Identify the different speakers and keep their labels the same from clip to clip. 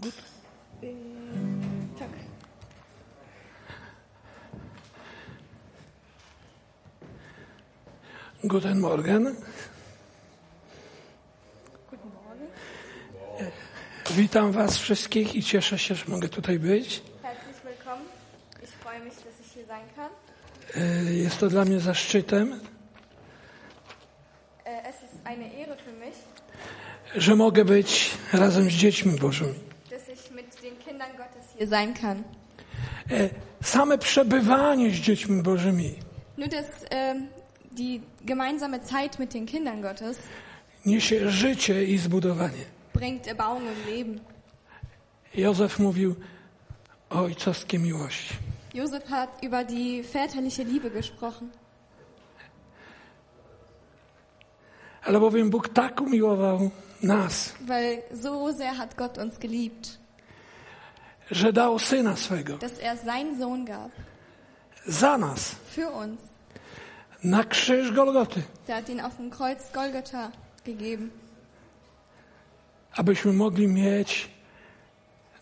Speaker 1: Gut. Yy, tak.
Speaker 2: Guten Morgen.
Speaker 1: Guten Morgen.
Speaker 2: Witam Was wszystkich i cieszę się, że mogę tutaj być.
Speaker 3: Herzlich willkommen. Ich freue mich, dass ich hier sein kann.
Speaker 2: E, Jest to dla mnie zaszczytem,
Speaker 3: Äh, Es ist eine Ehre für mich,
Speaker 2: że mogę być razem z dziećmi Bożymi.
Speaker 3: dass ich mit den Kindern Gottes hier sein kann.
Speaker 2: E, Same przebywanie z dziećmi Bożymi
Speaker 3: Nur dass ähm, die gemeinsame Zeit mit den Kindern Gottes
Speaker 2: niesie życie i zbudowanie.
Speaker 3: bringt Erbauung und Leben.
Speaker 2: Józef mówił o ojcowskiej miłości.
Speaker 3: Josef hat über die väterliche Liebe gesprochen.
Speaker 2: Ale bowiem Bóg tak umiłował nas,
Speaker 3: Weil so sehr hat Gott uns geliebt,
Speaker 2: że dał Syna swego
Speaker 3: dass er seinen Sohn gab.
Speaker 2: za nas
Speaker 3: Für uns.
Speaker 2: na krzyż Golgoty,
Speaker 3: Der hat ihn auf dem Kreuz Golgatha gegeben,
Speaker 2: abyśmy mogli mieć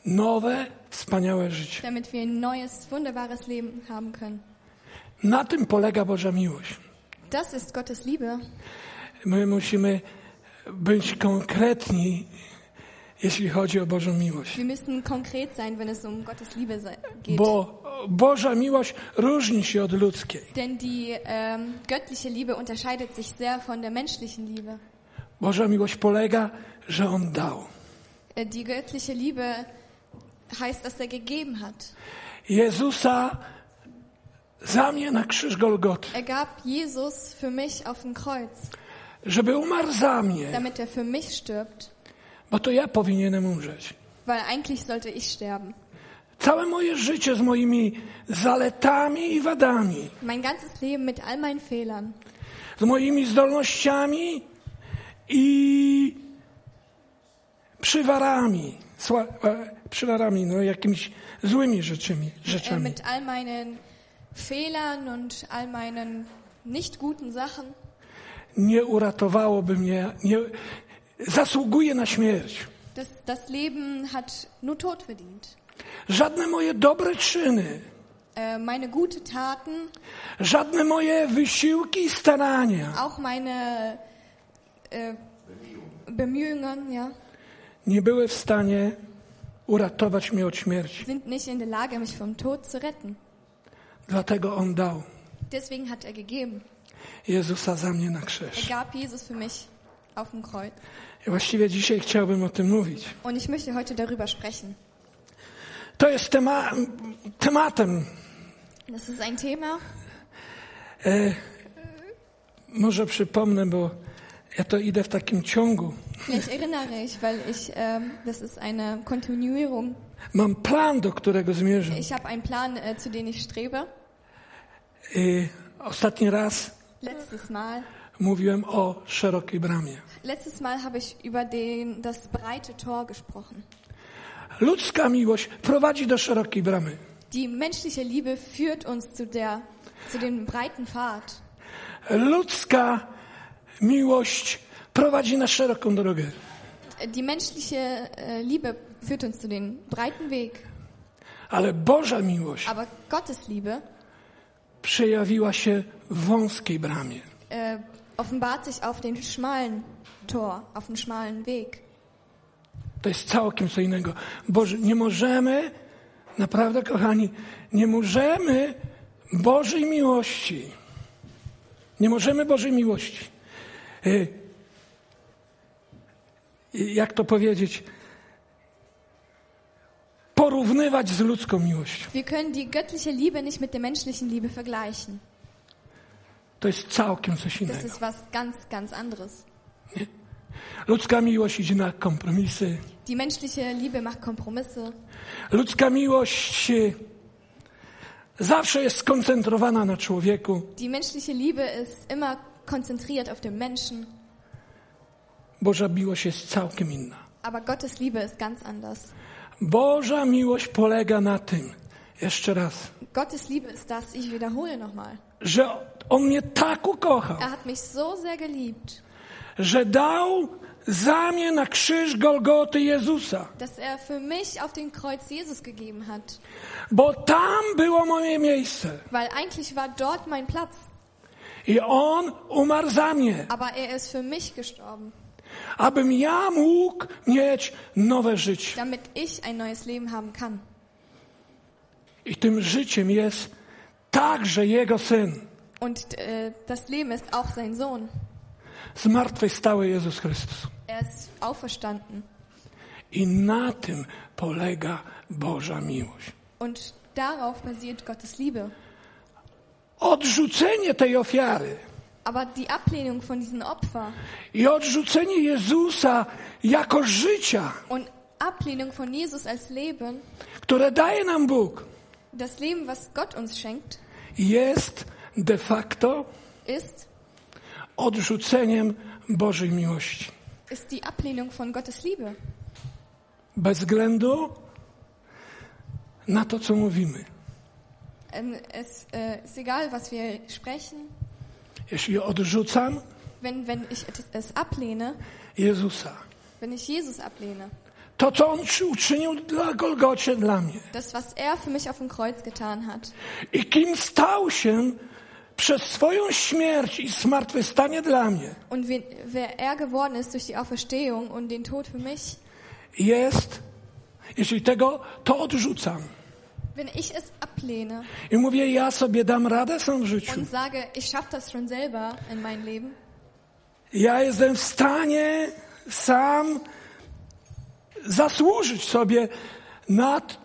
Speaker 2: nowe, wspaniałe życie.
Speaker 3: damit wir ein neues, wunderbares Leben haben können.
Speaker 2: Na tym polega Boża miłość.
Speaker 3: Das ist Gottes Liebe.
Speaker 2: My musimy być konkretni, jeśli chodzi o Bożą miłość.
Speaker 3: Wir müssen konkret sein, wenn es um Gottes Liebe se- geht.
Speaker 2: Bo Boża miłość różni się od ludzkiej.
Speaker 3: Denn die ähm, göttliche Liebe unterscheidet sich sehr von der menschlichen Liebe.
Speaker 2: Boża miłość polega, że On dał.
Speaker 3: Äh, die göttliche Liebe heißt, dass er gegeben hat.
Speaker 2: Jezusa za mnie na krzyż Golgoty,
Speaker 3: Er gab Jesus für mich auf dem Kreuz,
Speaker 2: żeby umarł za mnie,
Speaker 3: damit er für mich stirbt,
Speaker 2: bo to ja powinienem umrzeć.
Speaker 3: weil eigentlich sollte ich sterben.
Speaker 2: Całe moje życie z moimi zaletami i wadami,
Speaker 3: Mein ganzes Leben mit all meinen Fehlern,
Speaker 2: z moimi zdolnościami i przywarami, sła, e, przywarami, no jakimiś złymi rzeczymi,
Speaker 3: äh,
Speaker 2: rzeczami.
Speaker 3: mit all meinen Fehlern und all meinen nicht guten Sachen.
Speaker 2: Nie uratowałoby mnie, nie, zasługuje na śmierć.
Speaker 3: Das, das Leben hat nur Tod verdient.
Speaker 2: Żadne moje dobre czyny,
Speaker 3: Äh, meine gute Taten,
Speaker 2: żadne moje wysiłki i starania
Speaker 3: auch meine äh, Bemühungen, ja,
Speaker 2: nie były w stanie uratować mnie od śmierci.
Speaker 3: sind nicht in der Lage, mich vom Tod zu retten.
Speaker 2: Dlatego On dał
Speaker 3: Deswegen hat er gegeben.
Speaker 2: Jezusa za mnie na
Speaker 3: Er
Speaker 2: krzyż.
Speaker 3: gab Jesus für mich auf dem Kreuz.
Speaker 2: I Właściwie dzisiaj chciałbym o tym mówić.
Speaker 3: Und ich möchte heute darüber sprechen.
Speaker 2: To jest tema, tematem.
Speaker 3: Das ist ein Thema.
Speaker 2: Może przypomnę, bo ja to idę w takim ciągu.
Speaker 3: Vielleicht erinnere ich, weil ich, ähm, das ist eine Kontinuierung.
Speaker 2: Mam plan, do którego zmierzam.
Speaker 3: Ich habe einen Plan, äh, zu dem ich strebe.
Speaker 2: Y, Ostatni raz
Speaker 3: Letztes Mal,
Speaker 2: mówiłem o szerokiej bramie.
Speaker 3: letztes Mal habe ich über den, das breite Tor gesprochen.
Speaker 2: Ludzka miłość prowadzi do szerokiej bramy.
Speaker 3: Die menschliche Liebe führt uns zu der, zu dem breiten Pfad.
Speaker 2: Ludzka miłość prowadzi na szeroką drogę.
Speaker 3: Die menschliche äh, Liebe führt uns zu dem breiten Weg,
Speaker 2: Ale Boża miłość
Speaker 3: aber Gottes Liebe
Speaker 2: przejawiła się w wąskiej bramie.
Speaker 3: äh, offenbart sich auf dem schmalen Tor, auf dem schmalen Weg.
Speaker 2: To jest całkiem co innego. Boże, nie możemy, naprawdę kochani, nie możemy Bożej miłości. Nie możemy Bożej miłości. Y, y, Jak to powiedzieć? Porównywać z ludzką miłością.
Speaker 3: Wir können die göttliche Liebe nicht mit der menschlichen Liebe vergleichen.
Speaker 2: To jest całkiem coś
Speaker 3: Das
Speaker 2: innego.
Speaker 3: ist was ganz, ganz anderes.
Speaker 2: Ludzka miłość idzie na kompromisy.
Speaker 3: Die menschliche Liebe macht Kompromisse.
Speaker 2: Ludzka miłość y, zawsze jest skoncentrowana na człowieku.
Speaker 3: Die menschliche Liebe ist immer konzentriert auf den Menschen,
Speaker 2: Boża miłość jest całkiem inna.
Speaker 3: aber Gottes Liebe ist ganz anders.
Speaker 2: Boża miłość polega na tym, jeszcze raz,
Speaker 3: Gottes Liebe ist das, ich wiederhole nochmal.
Speaker 2: że On mnie tak ukochał,
Speaker 3: Er hat mich so sehr geliebt,
Speaker 2: że dał za mnie na krzyż Golgoty Jezusa,
Speaker 3: dass er für mich auf den Kreuz Jesus gegeben hat.
Speaker 2: bo tam było moje miejsce.
Speaker 3: Weil eigentlich war dort mein Platz,
Speaker 2: I On umarł za mnie,
Speaker 3: aber er ist für mich gestorben,
Speaker 2: abym ja mógł mieć nowe życie.
Speaker 3: damit ich ein neues Leben haben kann.
Speaker 2: I tym życiem jest także Jego Syn,
Speaker 3: Und äh, das Leben ist auch sein Sohn.
Speaker 2: zmartwychwstały Jezus Chrystus.
Speaker 3: Er ist auferstanden.
Speaker 2: I na tym polega Boża miłość.
Speaker 3: Und darauf basiert Gottes Liebe.
Speaker 2: Odrzucenie tej ofiary
Speaker 3: Aber die Ablehnung von diesen Opfer
Speaker 2: i odrzucenie Jezusa jako życia,
Speaker 3: und Ablehnung von Jesus als Leben,
Speaker 2: które daje nam Bóg,
Speaker 3: das Leben, was Gott uns schenkt,
Speaker 2: jest de facto
Speaker 3: ist,
Speaker 2: odrzuceniem Bożej miłości.
Speaker 3: ist die Ablehnung von Gottes Liebe.
Speaker 2: Bez względu na to, co mówimy.
Speaker 3: Ähm, Es äh, ist egal, was wir sprechen.
Speaker 2: Jeśli odrzucam
Speaker 3: Wenn, wenn ich et- es ablehne,
Speaker 2: Jezusa,
Speaker 3: wenn ich Jesus ablehne,
Speaker 2: to co On czy- uczynił dla Golgocie dla mnie
Speaker 3: das, was er für mich auf dem Kreuz getan hat
Speaker 2: i kim stał się przez swoją śmierć i zmartwychwstanie dla mnie,
Speaker 3: und wen, wer er geworden ist durch die Auferstehung und den Tod für mich,
Speaker 2: jest, jeśli tego, to odrzucam.
Speaker 3: wenn ich es ablehne
Speaker 2: I mówię, ja sobie dam radę sam w życiu.
Speaker 3: und sage, ich schaffe das schon selber in meinem Leben,
Speaker 2: Ja jestem w stanie sam zasłużyć sobie nad,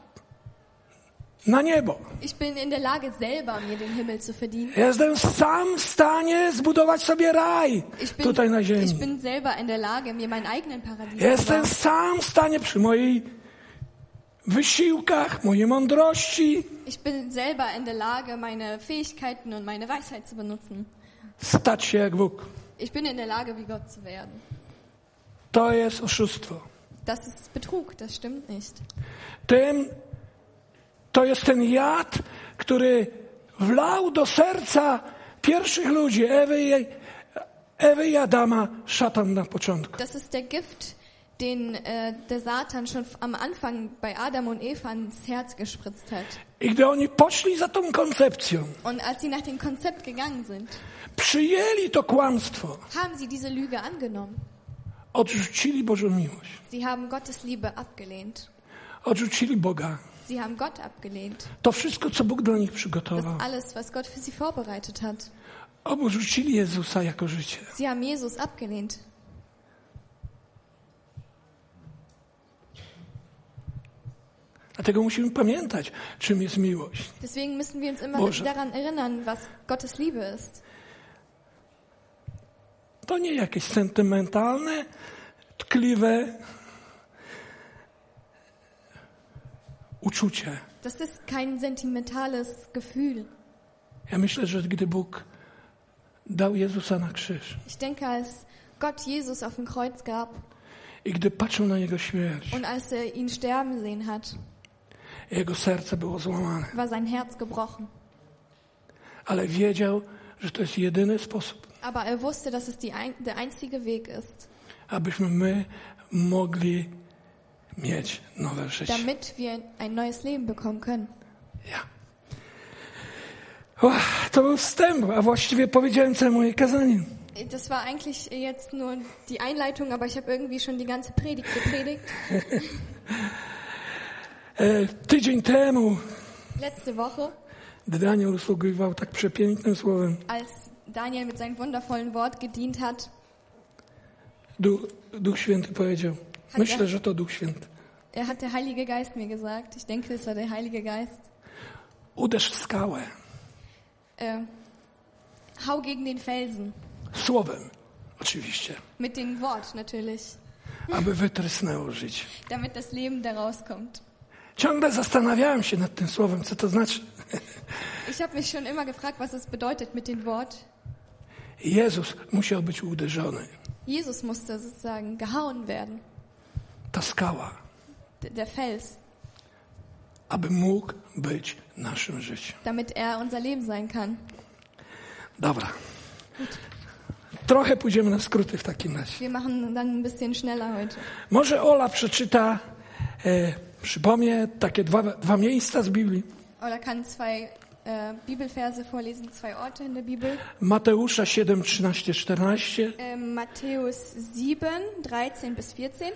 Speaker 2: na niebo.
Speaker 3: ich bin in der Lage, selber mir den Himmel zu verdienen.
Speaker 2: Jestem sam w stanie zbudować sobie raj
Speaker 3: Ich bin,
Speaker 2: tutaj na
Speaker 3: ich
Speaker 2: ziemi.
Speaker 3: bin selber in der Lage, mir meinen eigenen Paradies zu
Speaker 2: Jestem
Speaker 3: bauen.
Speaker 2: sam w stanie przy moich wysiłkach, mojej mądrości,
Speaker 3: Ich bin selber in der Lage, meine Fähigkeiten und meine Weisheit zu benutzen.
Speaker 2: stać się jak Bóg.
Speaker 3: Ich bin in der Lage, wie Gott zu werden.
Speaker 2: To jest oszustwo.
Speaker 3: Das ist Betrug, das stimmt nicht.
Speaker 2: Tym, to jest ten jad, który wlał do serca pierwszych ludzi, Ewy i, Ewy i Adama, szatan na początku.
Speaker 3: Das ist der Gift, den äh, der Satan schon f- am Anfang bei Adam und Eva ins Herz gespritzt hat.
Speaker 2: I gdy oni poszli za tą koncepcją,
Speaker 3: Und als sie nach dem Konzept gegangen sind,
Speaker 2: przyjęli to kłamstwo,
Speaker 3: haben sie diese Lüge angenommen.
Speaker 2: odrzucili Bożą miłość,
Speaker 3: Sie haben Gottes Liebe abgelehnt.
Speaker 2: odrzucili Boga.
Speaker 3: Sie haben Gott abgelehnt.
Speaker 2: To wszystko, co Bóg dla nich
Speaker 3: Das
Speaker 2: przygotował.
Speaker 3: alles, was Gott für sie vorbereitet hat.
Speaker 2: Odrzucili Jezusa jako życie.
Speaker 3: Sie haben Jesus abgelehnt.
Speaker 2: Dlatego musimy pamiętać, czym jest miłość.
Speaker 3: Deswegen müssen wir uns immer
Speaker 2: Boże.
Speaker 3: daran erinnern, was Gottes Liebe ist.
Speaker 2: To nie jakieś sentymentalne, tkliwe uczucie.
Speaker 3: Das ist kein sentimentales Gefühl.
Speaker 2: Ja myślę, że gdy Bóg dał Jezusa na krzyż
Speaker 3: Ich denke, als Gott Jesus auf dem Kreuz gab
Speaker 2: i gdy patrzył na Jego śmierć,
Speaker 3: und als er ihn sterben sehen hat,
Speaker 2: Jego serce było złamane,
Speaker 3: war sein Herz gebrochen.
Speaker 2: ale wiedział, że to jest jedyny sposób,
Speaker 3: Aber er wusste, dass es die ein, der einzige Weg ist,
Speaker 2: abyśmy my mogli mieć nowe życie.
Speaker 3: damit wir ein neues Leben bekommen können.
Speaker 2: Ja. O, to był wstęp, a właściwie powiedziałem całe moje kazanie.
Speaker 3: Das war eigentlich jetzt nur die Einleitung, aber ich habe irgendwie schon die ganze Predigt gepredigt.
Speaker 2: E, tydzień temu
Speaker 3: Letzte Woche,
Speaker 2: Daniel usługiwał tak przepięknym słowem.
Speaker 3: als Daniel mit seinem wundervollen Wort gedient hat,
Speaker 2: Duch, Duch Święty powiedział. Myślę, że to Duch Święty.
Speaker 3: er hat der Heilige Geist mir gesagt, ich denke, es war der Heilige Geist,
Speaker 2: Uderz w skałę
Speaker 3: äh, hau gegen den Felsen.
Speaker 2: słowem, oczywiście,
Speaker 3: Mit dem Wort natürlich,
Speaker 2: aby wytrysnęło życie.
Speaker 3: damit das Leben daraus kommt.
Speaker 2: Ciągle zastanawiałem się nad tym słowem, co to znaczy.
Speaker 3: Ich habe mich schon immer gefragt, was es bedeutet mit dem Wort.
Speaker 2: Jezus musiał być uderzony.
Speaker 3: Jesus musste sozusagen gehauen werden,
Speaker 2: Ta skała,
Speaker 3: d- der Fels,
Speaker 2: aby mógł być naszym życiem.
Speaker 3: damit er unser Leben sein kann.
Speaker 2: Dobra. Trochę pójdziemy na skróty w takim razie.
Speaker 3: Wir machen dann ein bisschen schneller heute.
Speaker 2: Może Ola przeczyta, e, przypomnę, takie dwa, dwa miejsca z Biblii.
Speaker 3: Oder kann zwei äh, Bibelverse vorlesen, zwei Orte in der Bibel.
Speaker 2: Mateusza 7, 13, 14
Speaker 3: Ähm, Matthäus 7, 13 bis 14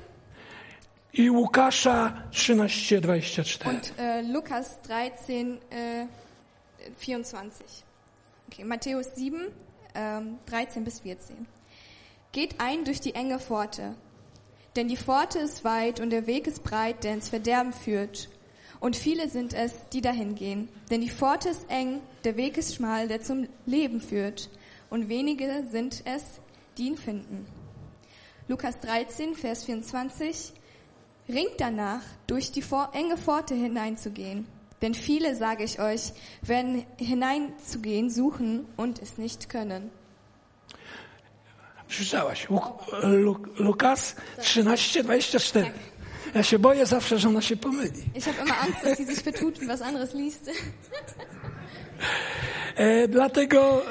Speaker 2: i Łukasza 13, 24.
Speaker 3: und äh, Lukas 13, äh, 24. Okay, Matthäus 7, ähm, 13 bis 14. Geht ein durch die enge Pforte, denn die Pforte ist weit und der Weg ist breit, der ins Verderben führt. Und viele sind es, die dahin gehen, denn die Pforte ist eng, der Weg ist schmal, der zum Leben führt. Und wenige sind es, die ihn finden. Lukas 13, Vers 24. Ringt danach, durch die Vor enge Pforte hineinzugehen. Denn viele, sage ich euch, werden hineinzugehen suchen und es nicht können.
Speaker 2: Przeczytałaś. Łuk, Luk, Lukas 13, 24. Ja się boję zawsze, że ona się pomyli.
Speaker 3: Ich habe immer Angst, dass sie sich vertut und was anderes liest.
Speaker 2: E, dlatego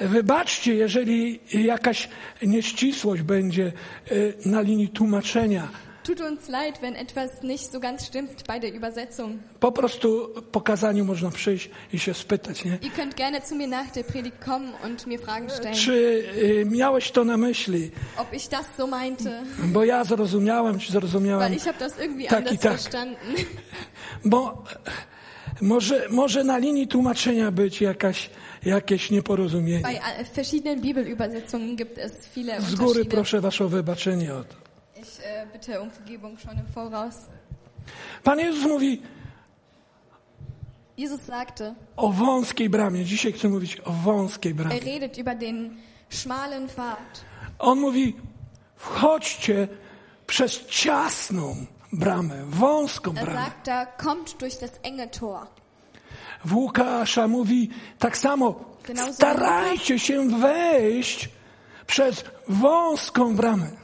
Speaker 2: e, wybaczcie, jeżeli jakaś nieścisłość będzie e, na linii tłumaczenia.
Speaker 3: Tut uns leid, wenn etwas nicht so ganz stimmt bei der Übersetzung.
Speaker 2: Po prostu po kazaniu można przyjść i się spytać, nie?
Speaker 3: Ihr könnt gerne zu mir nach der Predigt kommen und mir Fragen stellen,
Speaker 2: Czy e, miałeś to na myśli?
Speaker 3: ob ich das so meinte,
Speaker 2: Bo ja zrozumiałem, czy zrozumiałem.
Speaker 3: weil ich habe das irgendwie
Speaker 2: Taki
Speaker 3: anders
Speaker 2: tak.
Speaker 3: verstanden.
Speaker 2: Bo e, może, może na linii tłumaczenia być jakaś, jakieś
Speaker 3: Bei
Speaker 2: nieporozumienie.
Speaker 3: äh, verschiedenen Bibelübersetzungen gibt es viele
Speaker 2: Z góry
Speaker 3: Unterschiede.
Speaker 2: proszę was o wybaczenie o to.
Speaker 3: Ich äh, bitte um Vergebung schon im Voraus.
Speaker 2: Pan Jezus mówi
Speaker 3: Jesus sagte,
Speaker 2: o wąskiej bramie. Dzisiaj chcę mówić o wąskiej bramie.
Speaker 3: er redet über den schmalen Pfad.
Speaker 2: On mówi, wchodźcie przez ciasną bramę, wąską
Speaker 3: Er
Speaker 2: bramę.
Speaker 3: sagt da, kommt durch das enge Tor.
Speaker 2: W Łukasza mówi tak samo,
Speaker 3: Genauso
Speaker 2: starajcie się wejść przez wąską bramę.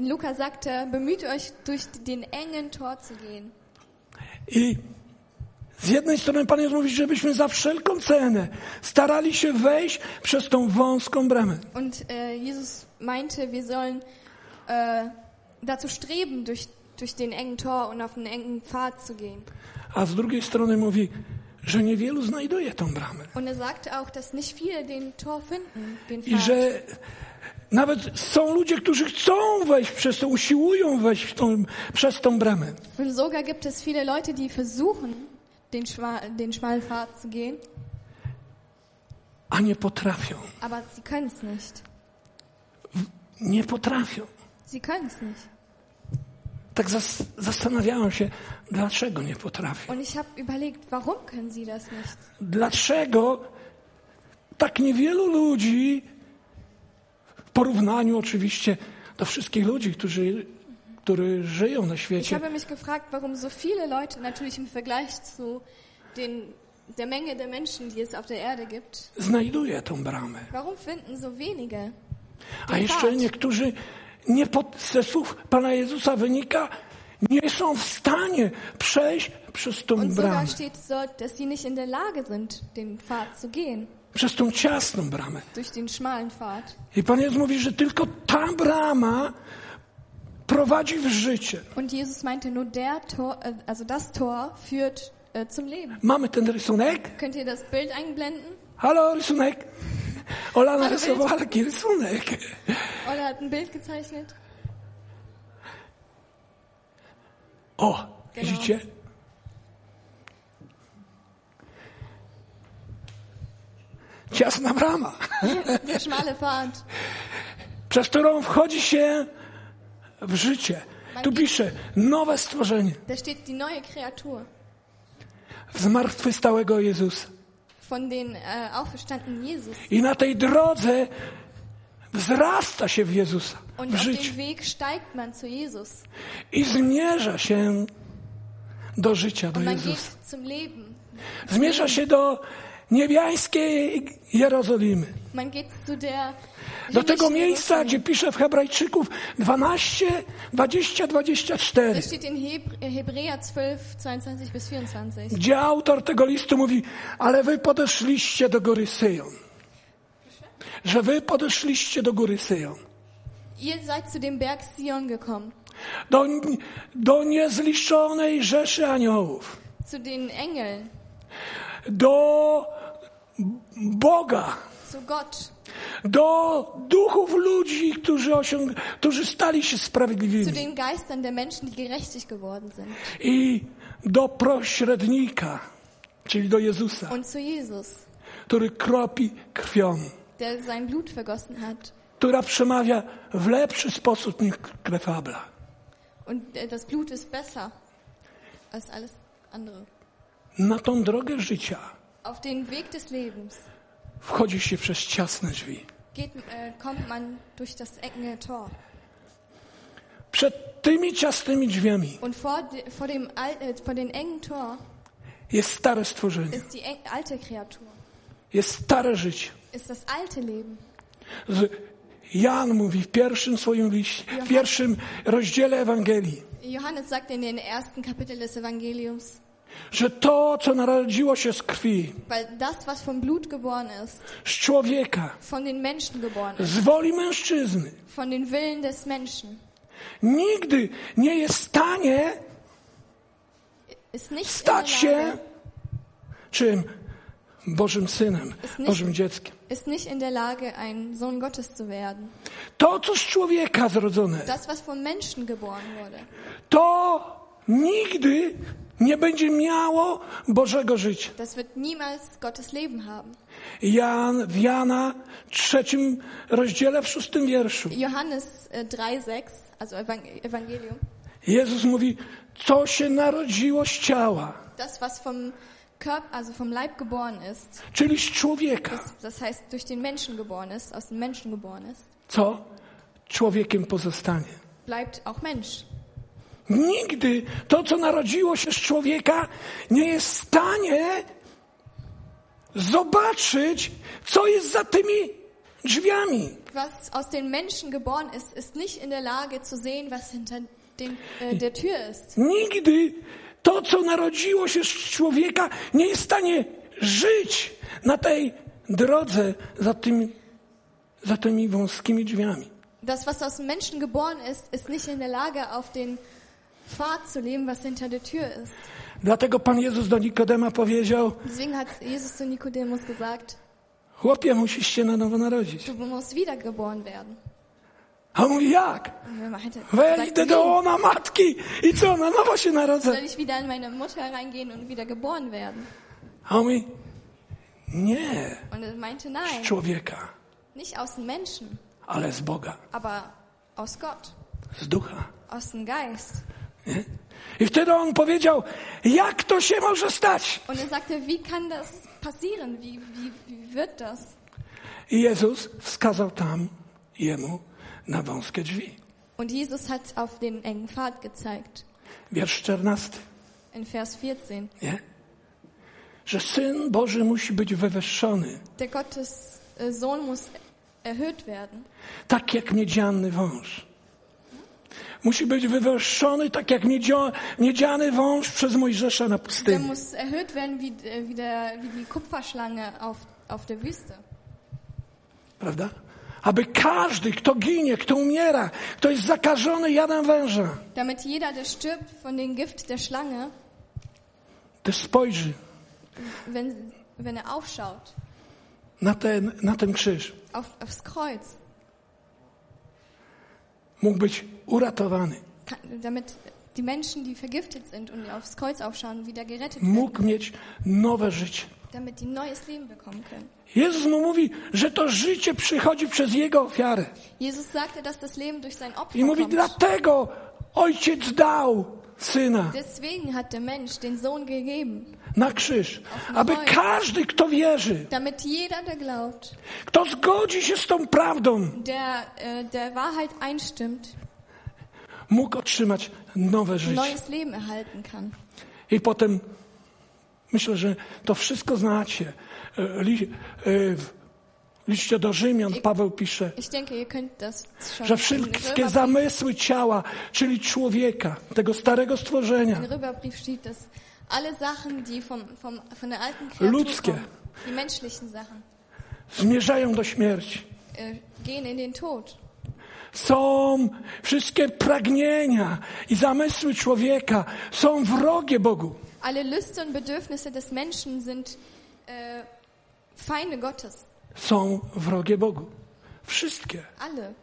Speaker 3: Luca sagte, bemüht euch, durch den engen Tor zu gehen.
Speaker 2: I z jednej strony Pan Jezus mówi, żebyśmy za wszelką cenę starali się wejść przez tą wąską bramę.
Speaker 3: Und äh, Jesus meinte, wir sollen äh, dazu streben, durch, durch den engen Tor und auf den engen Pfad zu gehen.
Speaker 2: A z drugiej strony mówi, że niewielu znajduje tą bramę.
Speaker 3: Und er sagte auch, dass nicht viele den Tor finden, den
Speaker 2: I
Speaker 3: Pfad.
Speaker 2: że nawet są ludzie, którzy chcą wejść przez to, usiłują wejść w tą, przez tą bramę.
Speaker 3: Und sogar gibt es viele Leute, die versuchen, den, schma den schmalen Pfad zu gehen,
Speaker 2: A nie potrafią.
Speaker 3: aber sie können es nicht.
Speaker 2: Nie potrafią.
Speaker 3: Sie können es nicht.
Speaker 2: Tak zas- zastanawiałem się, dlaczego nie potrafią.
Speaker 3: Und ich habe überlegt, warum können sie das nicht?
Speaker 2: Dlaczego tak niewielu ludzi, w porównaniu oczywiście do wszystkich ludzi, którzy, którzy żyją na
Speaker 3: Ich
Speaker 2: świecie,
Speaker 3: habe mich gefragt, warum so viele Leute, natürlich im Vergleich zu den, der Menge der Menschen, die es auf der Erde gibt,
Speaker 2: znajduje tą bramę.
Speaker 3: warum finden so wenige?
Speaker 2: A jeszcze niektórzy nie pod, ze słów Pana Jezusa wynika, nie są w stanie przejść przez tą
Speaker 3: Und
Speaker 2: bramę,
Speaker 3: sogar steht dort, dass sie nicht in der Lage sind, den Pfad zu gehen,
Speaker 2: przez tą ciasną bramę.
Speaker 3: durch den schmalen Pfad.
Speaker 2: I Pan Jezus mówi, że tylko ta brama prowadzi w życie.
Speaker 3: Und Jesus meinte, nur der Tor, äh, also das Tor führt äh, zum Leben.
Speaker 2: Mamy ten rysunek?
Speaker 3: Könnt ihr das Bild einblenden?
Speaker 2: Halo, rysunek? Ola narysowała taki rysunek.
Speaker 3: Ola hat ein Bild gezeichnet.
Speaker 2: O, widzicie? Ciasna brama,
Speaker 3: Der schmale Pfad.
Speaker 2: przez którą wchodzi się w życie. Tu pisze, nowe stworzenie
Speaker 3: Da steht die neue Kreatur
Speaker 2: w zmartwychwstałego Jezusa.
Speaker 3: von den äh, auferstandenen Jesus.
Speaker 2: I na tej drodze wzrasta się w Jezusa,
Speaker 3: Und
Speaker 2: w
Speaker 3: auf
Speaker 2: życiu.
Speaker 3: dem Weg steigt man zu Jesus.
Speaker 2: I zmierza się do życia, do
Speaker 3: Und man
Speaker 2: Jezusa.
Speaker 3: geht zum Leben.
Speaker 2: Zmierza się do niebiańskiej Jerozolimy.
Speaker 3: Man geht zu der
Speaker 2: Do tego
Speaker 3: himmlischen
Speaker 2: miejsca,
Speaker 3: Jerusalem.
Speaker 2: gdzie pisze w Hebrajczyków 12, 20, 24.
Speaker 3: Das steht in Hebr Hebräer 12, 22 bis 24.
Speaker 2: Gdzie autor tego listu mówi, ale wy podeszliście do góry Syjon. że wy podeszliście do góry Syjon,
Speaker 3: Ihr seid zu dem Berg Sion gekommen,
Speaker 2: do, do niezliczonej rzeszy aniołów,
Speaker 3: zu den Engeln,
Speaker 2: do Boga,
Speaker 3: zu Gott,
Speaker 2: do duchów ludzi, którzy, osiąg- którzy stali się
Speaker 3: zu
Speaker 2: sprawiedliwymi
Speaker 3: den Geistern der Menschen, die gerechtig geworden sind
Speaker 2: i do pośrednika, czyli do Jezusa,
Speaker 3: und zu Jesus,
Speaker 2: który kropi krwią,
Speaker 3: der sein Blut vergossen hat
Speaker 2: która przemawia w lepszy sposób niż krew Abla.
Speaker 3: und äh, das Blut ist besser als alles andere.
Speaker 2: Na tą drogę życia
Speaker 3: Auf den Weg des Lebens
Speaker 2: wchodzi się przez ciasne drzwi.
Speaker 3: geht, äh, kommt man durch das enge Tor
Speaker 2: Przed tymi ciasnymi drzwiami
Speaker 3: und vor, de, vor dem Al äh, vor den engen Tor
Speaker 2: jest stare stworzenie,
Speaker 3: ist die eng- alte Kreatur,
Speaker 2: jest stare życie.
Speaker 3: ist das alte Leben.
Speaker 2: Z- Jan mówi w pierwszym swoim liście, w pierwszym rozdziale Ewangelii,
Speaker 3: Johannes sagt in den ersten Kapitel des Evangeliums,
Speaker 2: że to, co narodziło się z krwi,
Speaker 3: weil das, was vom Blut geboren ist,
Speaker 2: z człowieka,
Speaker 3: von den Menschen geboren ist,
Speaker 2: z woli mężczyzny,
Speaker 3: von den Willen des Menschen,
Speaker 2: nigdy nie jest w stanie
Speaker 3: ist nicht
Speaker 2: stać
Speaker 3: in der
Speaker 2: się
Speaker 3: Lage,
Speaker 2: czym? Bożym synem, Bożym dzieckiem.
Speaker 3: ist nicht in der Lage, ein Sohn Gottes zu werden.
Speaker 2: To, co z człowieka zrodzone,
Speaker 3: Das, was vom Menschen geboren wurde,
Speaker 2: to nigdy nie będzie miało Bożego życia.
Speaker 3: das wird niemals Gottes Leben haben.
Speaker 2: Jan, w Jana trzecim rozdziale, w szóstym wierszu.
Speaker 3: Johannes äh, 3,6, also Evang Evangelium,
Speaker 2: Jezus mówi, co się narodziło z ciała,
Speaker 3: das, was vom Körper, also vom Leib geboren ist,
Speaker 2: czyli z człowieka.
Speaker 3: das, das heißt durch den Menschen geboren ist, aus dem Menschen geboren ist,
Speaker 2: Co człowiekiem pozostanie.
Speaker 3: bleibt auch Mensch.
Speaker 2: Nigdy to, co narodziło się z człowieka, nie jest w stanie zobaczyć, co jest za tymi drzwiami.
Speaker 3: Was aus den Menschen geboren ist, ist nicht in der Lage zu sehen, was hinter den, äh, der Tür ist.
Speaker 2: Nigdy to, co narodziło się z człowieka, nie jest w stanie żyć na tej drodze za tymi, za tymi wąskimi drzwiami.
Speaker 3: Das, was aus dem Menschen geboren ist, ist nicht in der Lage, auf den Pfad zu leben, was hinter der Tür ist.
Speaker 2: Dlatego Pan Jezus do Nikodema powiedział,
Speaker 3: Deswegen hat Jesus zu Nikodemus gesagt,
Speaker 2: chłopie, musisz się na nowo narodzić.
Speaker 3: du musst wiedergeboren werden.
Speaker 2: A on mówi, jak?
Speaker 3: Und er meinte, sagt,
Speaker 2: Wejdę do
Speaker 3: wie?
Speaker 2: łona matki i co, na nowo się narodzę?
Speaker 3: Soll ich wieder in meine Mutter reingehen und wieder geboren werden?
Speaker 2: A on mówi, nie
Speaker 3: Und er meinte,
Speaker 2: z
Speaker 3: nein,
Speaker 2: człowieka,
Speaker 3: nicht aus dem Menschen,
Speaker 2: ale z Boga,
Speaker 3: aber aus Gott,
Speaker 2: z ducha.
Speaker 3: aus dem Geist.
Speaker 2: I wtedy on powiedział, jak to się może stać?
Speaker 3: Und er sagte, wie kann das passieren? Wie, wie, wie wird das?
Speaker 2: I Jezus wskazał tam jemu na wąskie drzwi.
Speaker 3: Und Jesus hat auf den engen Pfad gezeigt,
Speaker 2: Wiersz 14,
Speaker 3: in Vers 14.
Speaker 2: nie? Że Syn Boży musi być wywyższony,
Speaker 3: Der Gottes äh, Sohn muss erhöht werden,
Speaker 2: tak jak miedziany wąż. Musi być wywyższony, tak jak miedzio- miedziany wąż przez Mojżesza na
Speaker 3: der
Speaker 2: pustyni.
Speaker 3: muss erhöht werden wie, äh, wie, der, wie die Kupferschlange auf, auf der Wüste.
Speaker 2: Prawda? Aby każdy, kto ginie, kto umiera, kto jest zakażony jadem węża,
Speaker 3: Damit jeder, der stirbt von dem Gift der Schlange,
Speaker 2: też spojrzy
Speaker 3: wenn, wenn er aufschaut,
Speaker 2: na ten, na ten krzyż,
Speaker 3: auf, aufs Kreuz,
Speaker 2: mógł być uratowany.
Speaker 3: kann, damit die Menschen, die vergiftet sind und aufs Kreuz aufschauen, wieder gerettet werden,
Speaker 2: Mógł mieć nowe życie.
Speaker 3: damit die neues Leben bekommen können.
Speaker 2: Jezus mu mówi, że to życie przychodzi przez jego ofiarę.
Speaker 3: Jesus sagte, dass das Leben durch sein Opfer
Speaker 2: I mówi,
Speaker 3: kommt.
Speaker 2: dlatego ojciec dał syna
Speaker 3: Deswegen hat der Mensch den Sohn gegeben,
Speaker 2: na krzyż, aby każdy, kto wierzy,
Speaker 3: damit jeder, der glaubt,
Speaker 2: kto zgodzi się z tą prawdą,
Speaker 3: der äh, der Wahrheit einstimmt,
Speaker 2: mógł otrzymać nowe życie.
Speaker 3: neues Leben erhalten kann.
Speaker 2: I potem myślę, że to wszystko znacie. E, Li, e, w liście do Rzymian Paweł pisze,
Speaker 3: Ich denke, ihr könnt das schon
Speaker 2: że
Speaker 3: im
Speaker 2: wszystkie
Speaker 3: Römerbrief-
Speaker 2: zamysły ciała, czyli człowieka, tego starego stworzenia,
Speaker 3: im Römerbrief steht, dass alle Sachen, die vom, vom, von der alten Kreatur
Speaker 2: Ludzkie.
Speaker 3: kommen, die menschlichen Sachen,
Speaker 2: zmierzają do śmierci.
Speaker 3: äh, gehen in den Tod.
Speaker 2: Są wszystkie pragnienia i zamysły człowieka są wrogie Bogu.
Speaker 3: Alle Lüste und Bedürfnisse des Menschen sind äh, Feinde Gottes.
Speaker 2: Są wrogie Bogu. Wszystkie.
Speaker 3: Alle.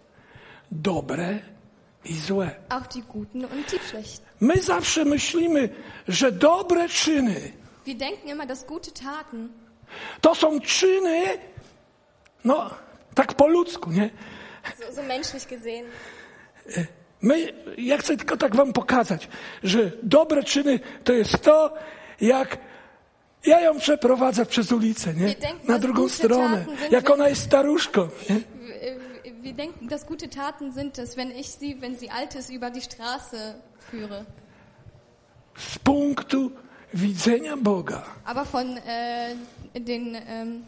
Speaker 2: Dobre i złe.
Speaker 3: Auch die Guten und die Schlechten.
Speaker 2: My zawsze myślimy, że dobre czyny
Speaker 3: Wir denken immer, dass gute Taten,
Speaker 2: to są czyny, no tak po ludzku, nie?
Speaker 3: so, so menschlich gesehen,
Speaker 2: My, ja chcę tylko tak wam pokazać, że dobre czyny to jest to, jak ja ją przeprowadzę przez ulicę, nie? Na drugą stronę. Jak ona jest staruszką, nie?
Speaker 3: w- w- wir denken, dass gute Taten sind es, wenn ich sie, wenn sie alt ist, über die Straße führe.
Speaker 2: Z punktu widzenia Boga.
Speaker 3: Aber von äh, den ähm,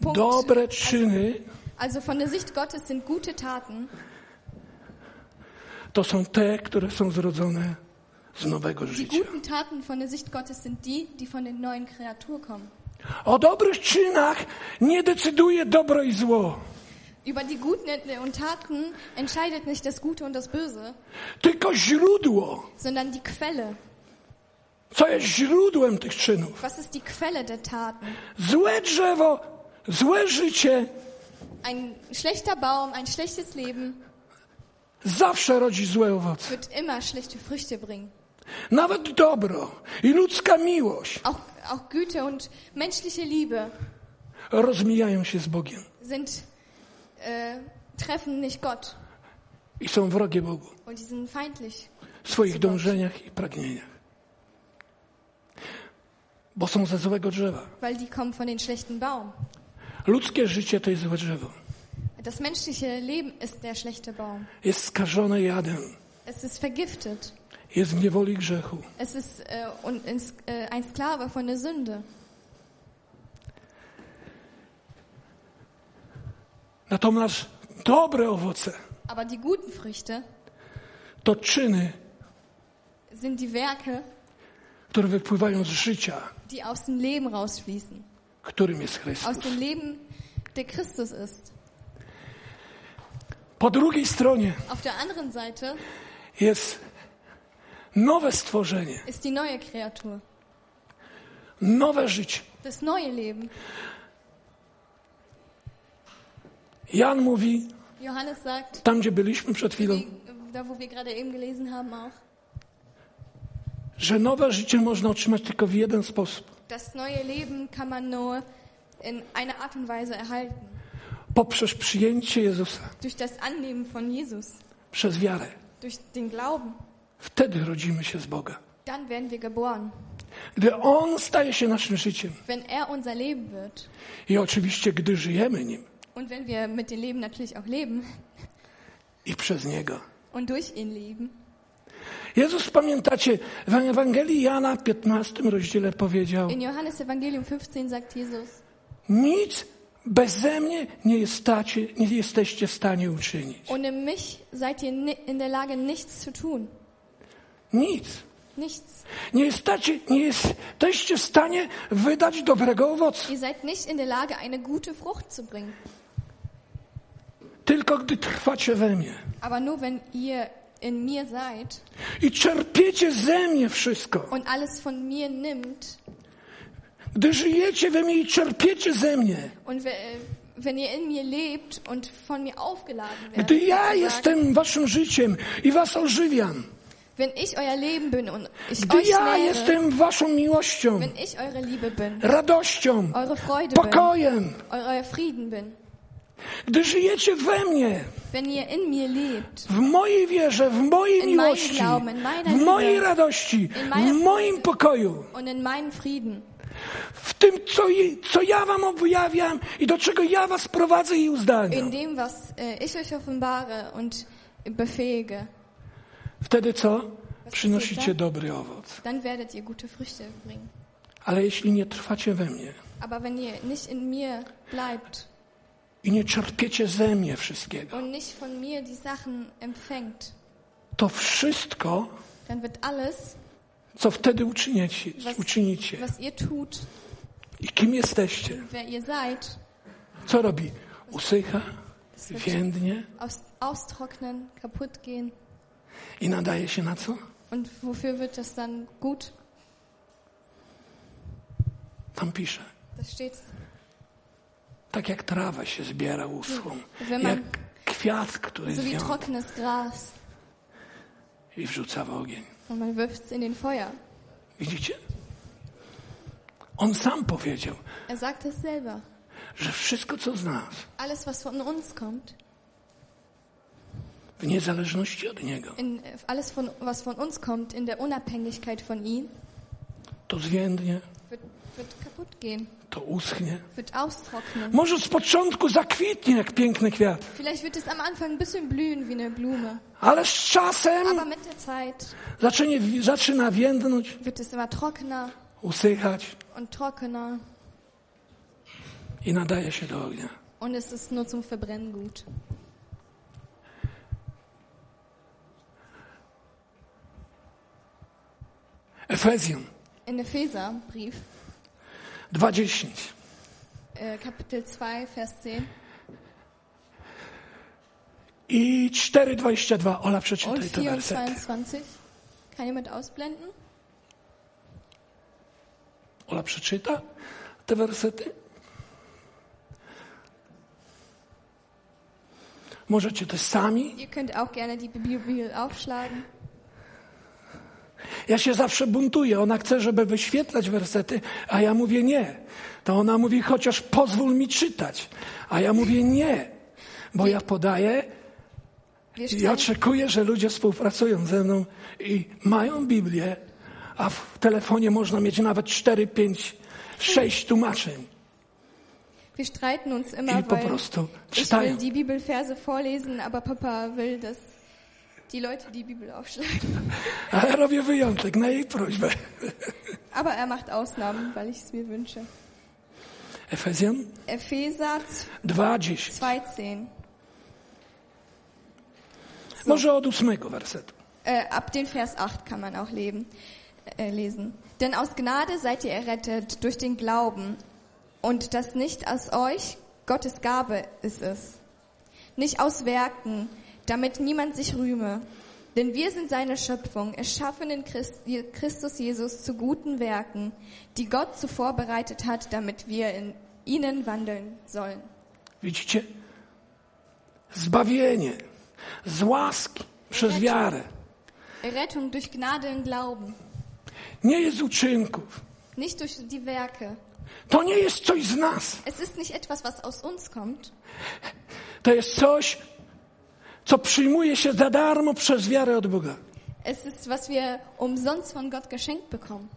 Speaker 3: Punkt,
Speaker 2: Dobre czyny
Speaker 3: also von der Sicht Gottes sind gute Taten
Speaker 2: to są te, które są zrodzone z nowego
Speaker 3: Die
Speaker 2: życia.
Speaker 3: guten Taten von der Sicht Gottes sind die, die von der neuen Kreatur kommen.
Speaker 2: O dobrych czynach nie decyduje dobro i zło,
Speaker 3: Über die guten und Taten entscheidet nicht das Gute und das Böse,
Speaker 2: tylko źródło.
Speaker 3: sondern die Quelle.
Speaker 2: Co jest źródłem tych czynów?
Speaker 3: Was ist die Quelle der Taten?
Speaker 2: Złe drzewo, złe życie
Speaker 3: Ein schlechter Baum, ein schlechtes Leben
Speaker 2: zawsze rodzi złe owoce.
Speaker 3: wird immer schlechte Früchte bringen.
Speaker 2: Nawet dobro i ludzka miłość
Speaker 3: Auch, auch Güte und menschliche Liebe
Speaker 2: rozmijają się z Bogiem
Speaker 3: sind, äh, treffen nicht Gott
Speaker 2: i są wrogie Bogu
Speaker 3: und die sind feindlich.
Speaker 2: w swoich dążeniach i pragnieniach. Bo są ze złego drzewa.
Speaker 3: Weil die kommen von den schlechten Baum.
Speaker 2: Ludzkie życie to jest złe drzewo.
Speaker 3: Das menschliche Leben ist der schlechte Baum.
Speaker 2: Jest skażone jadem,
Speaker 3: Es ist vergiftet.
Speaker 2: jest w niewoli grzechu.
Speaker 3: Es ist äh, und ins, äh, ein Sklave von der Sünde.
Speaker 2: Natomiast dobre owoce
Speaker 3: Aber die guten Früchte
Speaker 2: to czyny,
Speaker 3: sind die Werke,
Speaker 2: które wypływają z życia,
Speaker 3: die aus dem Leben rausfließen.
Speaker 2: którym jest
Speaker 3: Aus
Speaker 2: Chrystus.
Speaker 3: dem Leben, der Christus ist.
Speaker 2: Po drugiej stronie
Speaker 3: Auf der anderen Seite
Speaker 2: jest nowe stworzenie,
Speaker 3: ist die neue Kreatur,
Speaker 2: nowe życie.
Speaker 3: das neue Leben.
Speaker 2: Jan mówi,
Speaker 3: Johannes sagt,
Speaker 2: tam gdzie byliśmy przed chwilą,
Speaker 3: wie, da wo wir gerade eben gelesen haben auch,
Speaker 2: że nowe życie można otrzymać tylko w jeden sposób.
Speaker 3: das neue Leben kann man nur in einer Art und Weise erhalten.
Speaker 2: Poprzez przyjęcie Jezusa,
Speaker 3: Durch das Annehmen von Jesus,
Speaker 2: przez wiarę.
Speaker 3: durch den Glauben.
Speaker 2: Wtedy rodzimy się z Boga.
Speaker 3: Dann werden wir geboren.
Speaker 2: Gdy On staje się naszym życiem
Speaker 3: Wenn er unser Leben wird,
Speaker 2: i oczywiście gdy żyjemy Nim
Speaker 3: Und wenn wir mit dem Leben natürlich auch leben
Speaker 2: i przez Niego.
Speaker 3: und durch ihn leben.
Speaker 2: Jezus, pamiętacie, w Ewangelii Jana w 15 rozdziale powiedział
Speaker 3: In Johannes Evangelium 15 sagt Jesus,
Speaker 2: Nic beze mnie nie, jestacie, nie jesteście w stanie uczynić.
Speaker 3: ohne mich seid ihr ni- in der Lage, nichts zu tun.
Speaker 2: Nic.
Speaker 3: Nichts.
Speaker 2: Nie, jestacie, nie jesteście w stanie wydać dobrego owocu.
Speaker 3: Ihr seid nicht in der Lage, eine gute Frucht zu bringen.
Speaker 2: Tylko gdy trwacie we mnie
Speaker 3: Aber nur wenn ihr in mir seid
Speaker 2: i czerpiecie ze mnie wszystko.
Speaker 3: und alles von mir nimmt
Speaker 2: Gdy żyjecie we mnie i czerpiecie ze mnie.
Speaker 3: und we- äh, wenn ihr in mir lebt und von mir aufgeladen werdet.
Speaker 2: Gdy ja
Speaker 3: sozusagen.
Speaker 2: jestem waszym życiem i was ożywiam.
Speaker 3: wenn ich euer Leben bin und ich
Speaker 2: Gdy
Speaker 3: euch
Speaker 2: ja
Speaker 3: nähre,
Speaker 2: jestem waszą miłością,
Speaker 3: wenn ich eure Liebe bin,
Speaker 2: radością,
Speaker 3: eure Freude bin,
Speaker 2: pokojem.
Speaker 3: euer Frieden bin.
Speaker 2: Gdy żyjecie we mnie,
Speaker 3: Wenn ihr in mir lebt,
Speaker 2: w mojej wierze, w mojej
Speaker 3: In
Speaker 2: miłości,
Speaker 3: meinem Glauben, in meiner
Speaker 2: w mojej
Speaker 3: Liebe,
Speaker 2: radości,
Speaker 3: in meiner
Speaker 2: w moim
Speaker 3: Freude.
Speaker 2: pokoju,
Speaker 3: und in meinen Frieden
Speaker 2: w tym, co, je- co ja wam objawiam i do czego ja was prowadzę i
Speaker 3: in
Speaker 2: uzdalniam.
Speaker 3: dem, was äh, ich euch offenbare und befähige,
Speaker 2: Wtedy co?
Speaker 3: tak?
Speaker 2: Przynosicie dobry owoc.
Speaker 3: dann werdet ihr gute Früchte bringen.
Speaker 2: Ale jeśli nie trwacie we mnie
Speaker 3: Aber wenn ihr nicht in mir bleibt
Speaker 2: i nie czerpiecie ze mnie wszystkiego,
Speaker 3: und nicht von mir die Sachen empfängt,
Speaker 2: to wszystko,
Speaker 3: dann wird alles,
Speaker 2: co wtedy uczyniecie,
Speaker 3: was,
Speaker 2: uczynicie
Speaker 3: was ihr tut,
Speaker 2: i kim jesteście,
Speaker 3: wer ihr seid,
Speaker 2: co robi? usycha,
Speaker 3: Das wird
Speaker 2: więdnie
Speaker 3: aus, austrocknen, kaputt gehen.
Speaker 2: i nadaje się na co?
Speaker 3: Und wofür wird das dann gut?
Speaker 2: Tam pisze.
Speaker 3: Das steht
Speaker 2: Tak jak trawa się zbiera uschłą,
Speaker 3: Wy ma-
Speaker 2: jak kwiat, który
Speaker 3: so wie
Speaker 2: zwią
Speaker 3: trockenes Gras.
Speaker 2: i wrzuca w ogień.
Speaker 3: Und man wirft es in den Feuer.
Speaker 2: Widzicie? On sam powiedział,
Speaker 3: Er sagt es selber.
Speaker 2: że wszystko, co z nas,
Speaker 3: Alles, was von uns kommt,
Speaker 2: w niezależności od Niego,
Speaker 3: in, alles, von, was von uns kommt, in der Unabhängigkeit von ihm,
Speaker 2: to zwiędnie,
Speaker 3: wird, wird kaputt gehen,
Speaker 2: to uschnie.
Speaker 3: wird austrocknen.
Speaker 2: Może z początku zakwitnie jak piękny kwiat,
Speaker 3: Vielleicht wird es am Anfang ein bisschen blühen wie eine Blume,
Speaker 2: ale z
Speaker 3: aber
Speaker 2: czasem
Speaker 3: mit der Zeit
Speaker 2: zaczyna, zaczyna więdnąć,
Speaker 3: wird es immer trockener
Speaker 2: usychać
Speaker 3: und trockener
Speaker 2: i nadaje się do ognia.
Speaker 3: und es ist nur zum Verbrennen gut.
Speaker 2: Efezjan
Speaker 3: In Epheserbrief,
Speaker 2: 2.10.
Speaker 3: äh, Kapitel 2, Vers 10
Speaker 2: I 4,22. Ola,
Speaker 3: und
Speaker 2: przeczytaj te
Speaker 3: 4 und
Speaker 2: wersety.
Speaker 3: 22. Kann jemand ausblenden?
Speaker 2: Ola przeczyta te wersety. Możecie też sami.
Speaker 3: Ihr könnt auch gerne die Bibel aufschlagen.
Speaker 2: Ja się zawsze buntuję. Ona chce, żeby wyświetlać wersety, a ja mówię nie. To ona mówi, chociaż pozwól mi czytać. A ja mówię nie, bo ja podaję
Speaker 3: Wir
Speaker 2: i
Speaker 3: stellen,
Speaker 2: oczekuję, że ludzie współpracują ze mną i mają Biblię, a w telefonie można mieć nawet 4, 5, 6 tłumaczeń.
Speaker 3: wir streiten uns
Speaker 2: I
Speaker 3: immer,
Speaker 2: po
Speaker 3: weil
Speaker 2: prostu
Speaker 3: ich will
Speaker 2: czytają.
Speaker 3: die Bibelverse vorlesen, aber Papa will, dass die Leute die Bibel aufschlagen.
Speaker 2: Ale robię wyjątek na jej prośbę.
Speaker 3: Aber er macht Ausnahmen, weil ich es mir wünsche.
Speaker 2: Efezjan
Speaker 3: Epheser
Speaker 2: 2,10.
Speaker 3: 2,10.
Speaker 2: Może od ósmego wersetu.
Speaker 3: Äh, ab den Vers 8 kann man auch leben, äh, lesen. Denn aus Gnade seid ihr errettet durch den Glauben. Und das nicht aus euch, Gottes Gabe ist es. Nicht aus Werken, damit niemand sich rühme. Denn wir sind seine Schöpfung, erschaffen in Christ, Je- Christus Jesus zu guten Werken, die Gott zuvor bereitet hat, damit wir in ihnen wandeln sollen.
Speaker 2: Widzicie? Zbawienie z łaski przez wiarę.
Speaker 3: Errettung durch Gnade im Glauben,
Speaker 2: Nie jest z uczynków.
Speaker 3: nicht durch die Werke.
Speaker 2: To nie jest coś z nas.
Speaker 3: Es ist nicht etwas, was aus uns kommt,
Speaker 2: To jest coś, co przyjmuje się za darmo przez wiarę od Boga.
Speaker 3: Es ist, was wir umsonst von Gott geschenkt bekommen.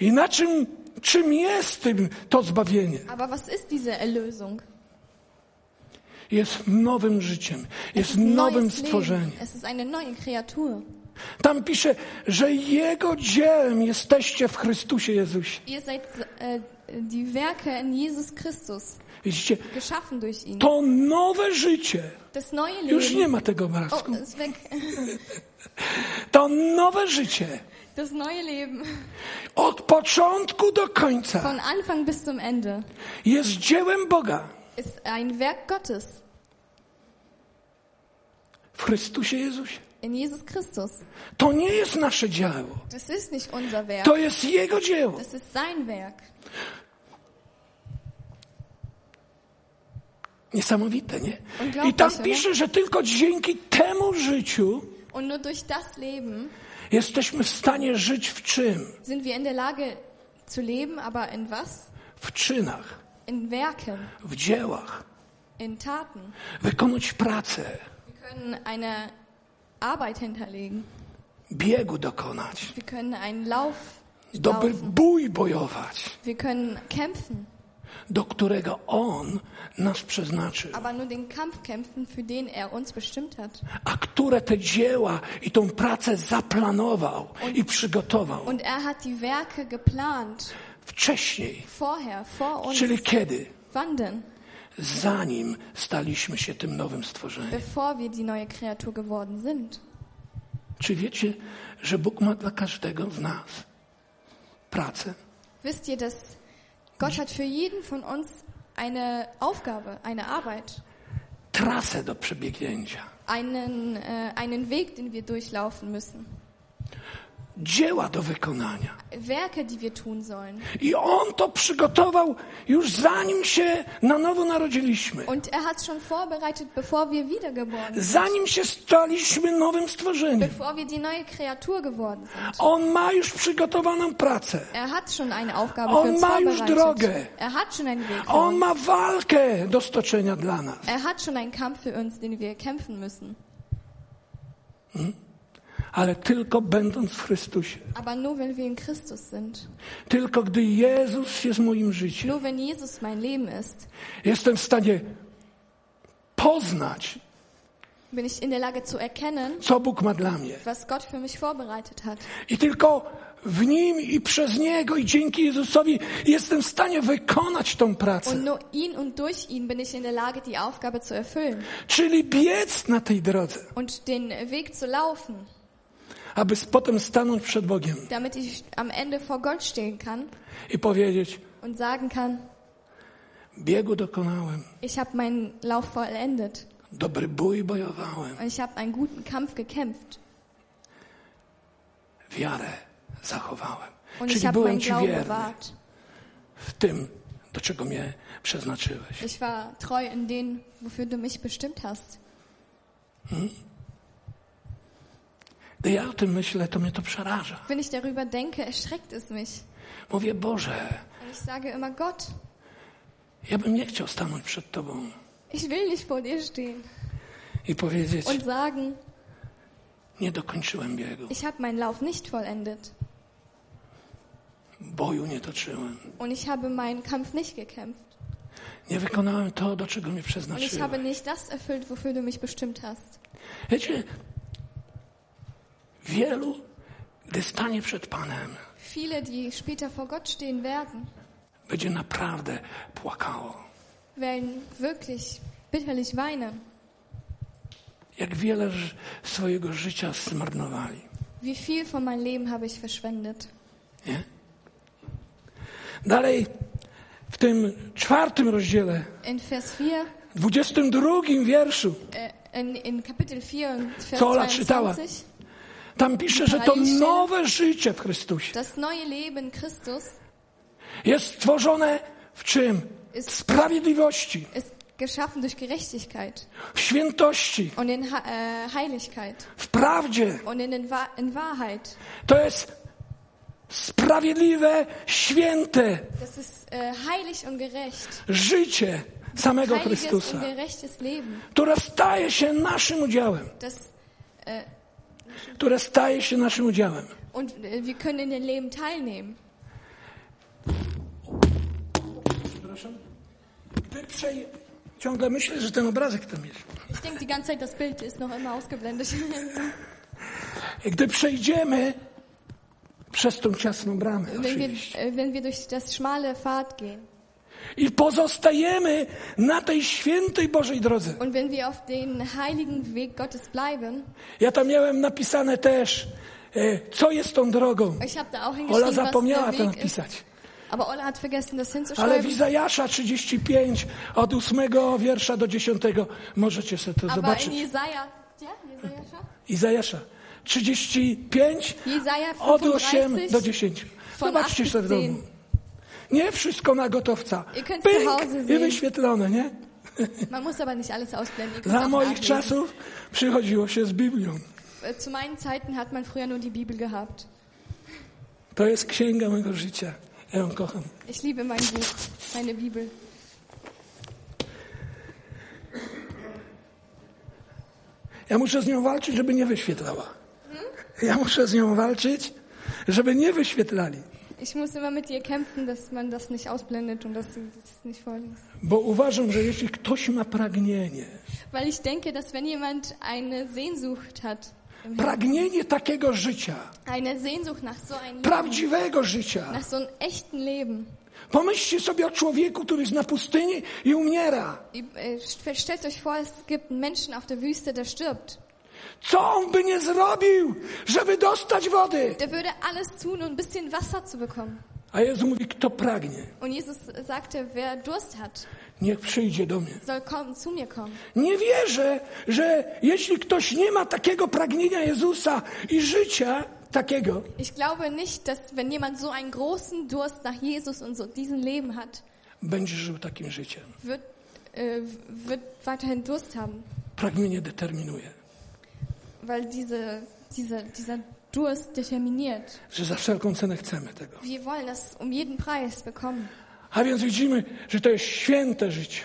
Speaker 2: I na czym, czym jest tym, to zbawienie?
Speaker 3: Aber was ist diese Erlösung?
Speaker 2: Jest nowym życiem,
Speaker 3: Es
Speaker 2: jest
Speaker 3: ein
Speaker 2: nowym
Speaker 3: neues Leben.
Speaker 2: stworzeniem.
Speaker 3: Es ist eine neue Kreatur.
Speaker 2: Tam pisze, że Jego dziełem jesteście w Chrystusie Jezusie.
Speaker 3: Ihr seid äh, die Werke in Jesus Christus,
Speaker 2: Widzicie,
Speaker 3: geschaffen durch ihn.
Speaker 2: to nowe życie.
Speaker 3: Das neue
Speaker 2: Już nie
Speaker 3: Leben.
Speaker 2: ma tego
Speaker 3: Oh,
Speaker 2: obrazku.
Speaker 3: ist weg.
Speaker 2: To nowe życie.
Speaker 3: Das neue Leben.
Speaker 2: Od początku do końca
Speaker 3: Von Anfang bis zum Ende.
Speaker 2: jest dziełem Boga
Speaker 3: Ist ein Werk Gottes
Speaker 2: w Chrystusie Jezusie.
Speaker 3: in Jesus Christus.
Speaker 2: To nie jest nasze dzieło.
Speaker 3: Das ist nicht unser Werk.
Speaker 2: To jest Jego dzieło.
Speaker 3: Das ist sein Werk.
Speaker 2: Niesamowite, nie? I tam
Speaker 3: Unglaublich,
Speaker 2: pisze, że tylko dzięki temu życiu
Speaker 3: Und nur durch das Leben
Speaker 2: jesteśmy w stanie żyć w czym?
Speaker 3: sind wir in der Lage zu leben, aber in was?
Speaker 2: W czynach,
Speaker 3: In Werken,
Speaker 2: w dziełach.
Speaker 3: in Taten.
Speaker 2: Wykonać pracę,
Speaker 3: Wir können eine Arbeit hinterlegen.
Speaker 2: biegu dokonać,
Speaker 3: Wir können einen Lauf
Speaker 2: dobry
Speaker 3: laufen.
Speaker 2: bój bojować,
Speaker 3: Wir können kämpfen,
Speaker 2: do którego On nas przeznaczył.
Speaker 3: aber nur den Kampf kämpfen, für den er uns bestimmt hat.
Speaker 2: a które te dzieła i tą pracę zaplanował i przygotował
Speaker 3: Und er hat die Werke geplant,
Speaker 2: wcześniej,
Speaker 3: vorher, vor uns.
Speaker 2: czyli kiedy?
Speaker 3: Wann denn?
Speaker 2: Zanim staliśmy się tym nowym stworzeniem.
Speaker 3: Bevor wir die neue Kreatur geworden sind.
Speaker 2: Czy wiecie, że Bóg ma dla każdego z nas pracę,
Speaker 3: Wisst ihr, dass Gott hat für jeden von uns eine Aufgabe, eine Arbeit,
Speaker 2: trasę do przebiegnięcia,
Speaker 3: einen, äh, einen Weg, den wir durchlaufen müssen.
Speaker 2: dzieła do wykonania.
Speaker 3: Werke, die wir tun sollen.
Speaker 2: I On to przygotował już zanim się na nowo narodziliśmy,
Speaker 3: Und er hat es schon vorbereitet, bevor wir wiedergeboren sind.
Speaker 2: zanim się staliśmy nowym stworzeniem.
Speaker 3: Bevor wir die neue Kreatur geworden sind.
Speaker 2: On ma już przygotowaną pracę.
Speaker 3: Er hat schon eine Aufgabe
Speaker 2: On
Speaker 3: für uns
Speaker 2: ma już drogę.
Speaker 3: vorbereitet. Er hat schon einen Weg für
Speaker 2: On
Speaker 3: uns.
Speaker 2: ma walkę do stoczenia dla nas.
Speaker 3: Er hat schon einen Kampf für uns, den wir kämpfen müssen.
Speaker 2: ale tylko będąc w Chrystusie.
Speaker 3: Aber nur wenn wir in Christus sind.
Speaker 2: Tylko gdy Jezus jest moim życiem,
Speaker 3: Nur wenn Jesus mein Leben ist,
Speaker 2: jestem w stanie poznać,
Speaker 3: bin ich in der Lage zu erkennen,
Speaker 2: co Bóg ma dla mnie.
Speaker 3: was Gott für mich vorbereitet hat.
Speaker 2: I tylko w Nim i przez Niego i dzięki Jezusowi jestem w stanie wykonać tą
Speaker 3: Und
Speaker 2: pracę,
Speaker 3: nur ihn und durch ihn bin ich in der Lage, die Aufgabe zu erfüllen
Speaker 2: czyli biec na tej drodze,
Speaker 3: und den Weg zu laufen,
Speaker 2: aby potem stanąć przed Bogiem
Speaker 3: damit ich am Ende vor Gott stehen kann
Speaker 2: i powiedzieć,
Speaker 3: und sagen kann,
Speaker 2: biegu dokonałem,
Speaker 3: ich habe meinen Lauf vollendet
Speaker 2: dobry bój bojowałem,
Speaker 3: und ich habe einen guten Kampf gekämpft
Speaker 2: wiarę zachowałem.
Speaker 3: und ich
Speaker 2: Czyli
Speaker 3: habe
Speaker 2: byłem
Speaker 3: meinen
Speaker 2: Ci
Speaker 3: Glauben
Speaker 2: wierny
Speaker 3: bewahrt.
Speaker 2: w tym, do czego mnie przeznaczyłeś.
Speaker 3: Ich war treu in dem, wofür du mich bestimmt hast.
Speaker 2: Gdy ja o tym myślę, to mnie to przeraża.
Speaker 3: Wenn ich darüber denke, erschreckt es mich.
Speaker 2: Mówię, Boże,
Speaker 3: Und ich sage immer, Gott,
Speaker 2: ja bym nie chciał stanąć przed Tobą
Speaker 3: ich will nicht vor dir stehen
Speaker 2: i powiedzieć,
Speaker 3: und sagen,
Speaker 2: nie dokończyłem biegu,
Speaker 3: ich habe meinen Lauf nicht vollendet
Speaker 2: boju nie toczyłem,
Speaker 3: und ich habe meinen Kampf nicht gekämpft
Speaker 2: nie wykonałem to, do czego mnie
Speaker 3: und ich habe
Speaker 2: przeznaczyłeś.
Speaker 3: nicht das erfüllt, wofür du mich bestimmt hast.
Speaker 2: Wiecie, wielu, gdy stanie przed Panem,
Speaker 3: Viele, die später vor Gott stehen werden,
Speaker 2: będzie naprawdę płakało.
Speaker 3: werden wirklich bitterlich weinen,
Speaker 2: Jak wiele ż- swojego życia zmarnowali.
Speaker 3: wie viel von meinem Leben habe ich verschwendet.
Speaker 2: Nie? Dalej, w tym czwartym rozdziale,
Speaker 3: In Vers 4,
Speaker 2: dwudziestym drugim wierszu,
Speaker 3: äh, in, in Kapitel 4 und Vers
Speaker 2: Zola czytała.
Speaker 3: 22,
Speaker 2: Tam pisze, że to nowe życie w Chrystusie
Speaker 3: das neue Leben in Christus
Speaker 2: jest stworzone w czym? W sprawiedliwości,
Speaker 3: ist geschaffen durch Gerechtigkeit
Speaker 2: w świętości,
Speaker 3: und in ha äh, Heiligkeit
Speaker 2: w prawdzie.
Speaker 3: und in, den Wa in Wahrheit.
Speaker 2: To jest sprawiedliwe, święte
Speaker 3: Das ist äh, heilig und gerecht.
Speaker 2: życie samego
Speaker 3: Heiliges und
Speaker 2: Chrystusa,
Speaker 3: gerechtes Leben.
Speaker 2: które staje się naszym udziałem.
Speaker 3: Das,
Speaker 2: Które staje się naszym udziałem.
Speaker 3: und äh, wir können in dem Leben teilnehmen.
Speaker 2: Przepraszam. Gdy przej... Ciągle myślę, że ten obrazek tam jest.
Speaker 3: Ich denke die ganze Zeit, das Bild ist noch immer ausgeblendet.
Speaker 2: Gdy przejdziemy przez tą ciasną bramę,
Speaker 3: wenn, wir,
Speaker 2: oczywiście.
Speaker 3: äh, wenn wir durch das schmale Pfad gehen
Speaker 2: I pozostajemy na tej świętej Bożej drodze.
Speaker 3: und wenn wir auf den heiligen Weg Gottes bleiben,
Speaker 2: Ja tam miałem napisane też, e, co jest tą drogą.
Speaker 3: ich habe da auch
Speaker 2: Ola
Speaker 3: hingeschrieben,
Speaker 2: zapomniała
Speaker 3: was
Speaker 2: to
Speaker 3: der Weg ist.
Speaker 2: napisać.
Speaker 3: Aber Ola hat vergessen, das
Speaker 2: Ale w
Speaker 3: hinzuschreiben.
Speaker 2: Izajasza 35, od 8 wiersza do 10, możecie sobie to
Speaker 3: Aber in
Speaker 2: zobaczyć.
Speaker 3: Jesaja, ja, Jesaja, schon?
Speaker 2: Izajasza 35,
Speaker 3: Jesaja
Speaker 2: od 8 do
Speaker 3: 35.
Speaker 2: 10.
Speaker 3: von
Speaker 2: Zobaczcie
Speaker 3: 8
Speaker 2: sobie w
Speaker 3: bis
Speaker 2: domu. Nie wszystko na gotowca.
Speaker 3: Ihr könnt's zu Hause
Speaker 2: Pyk i
Speaker 3: sehen.
Speaker 2: wyświetlone, nie?
Speaker 3: Man muss aber nicht alles ausblenden. ihr könnt
Speaker 2: Za
Speaker 3: auch
Speaker 2: moich
Speaker 3: nachlesen.
Speaker 2: czasów przychodziło się z Biblią.
Speaker 3: Äh, Zu meinen Zeiten hat man früher nur die Bibel gehabt.
Speaker 2: To jest księga mojego życia. Ja ją kocham.
Speaker 3: Ich liebe mein Buch, meine Bibel.
Speaker 2: Ja muszę z nią walczyć, żeby nie wyświetlała. Ja muszę z nią walczyć, żeby nie wyświetlali.
Speaker 3: Ich muss immer mit ihr kämpfen, dass man das nicht ausblendet und dass sie das nicht vorliest.
Speaker 2: Bo uważam, że jeśli ktoś ma pragnienie,
Speaker 3: Weil ich denke, dass wenn jemand eine Sehnsucht hat, im Herzen,
Speaker 2: pragnienie takiego życia,
Speaker 3: eine Sehnsucht nach so einem Leben,
Speaker 2: prawdziwego życia,
Speaker 3: nach so einem echten Leben,
Speaker 2: pomyślcie sobie o człowieku, który jest na pustyni i umiera.
Speaker 3: Ihr, äh, stellt euch vor, es gibt einen Menschen auf der Wüste, der stirbt.
Speaker 2: Co on by nie zrobił, żeby dostać wody?
Speaker 3: Der würde alles tun, um ein bisschen Wasser zu bekommen.
Speaker 2: A Jezu mówi, kto pragnie,
Speaker 3: Und Jesus sagte, wer Durst hat,
Speaker 2: niech przyjdzie do mnie.
Speaker 3: soll kommen, zu mir kommen.
Speaker 2: Nie wierzę, że jeśli ktoś nie ma takiego pragnienia Jezusa i życia takiego,
Speaker 3: Ich glaube nicht, dass wenn jemand so einen großen Durst nach Jesus und so diesen Leben hat,
Speaker 2: będzie żył takim życiem.
Speaker 3: wird, äh, wird weiterhin Durst haben.
Speaker 2: Pragnienie determinuje,
Speaker 3: Weil diese, diese, dieser Durst determiniert.
Speaker 2: że za wszelką cenę chcemy tego.
Speaker 3: Wir wollen das um jeden Preis bekommen.
Speaker 2: A więc widzimy, że to jest święte życie.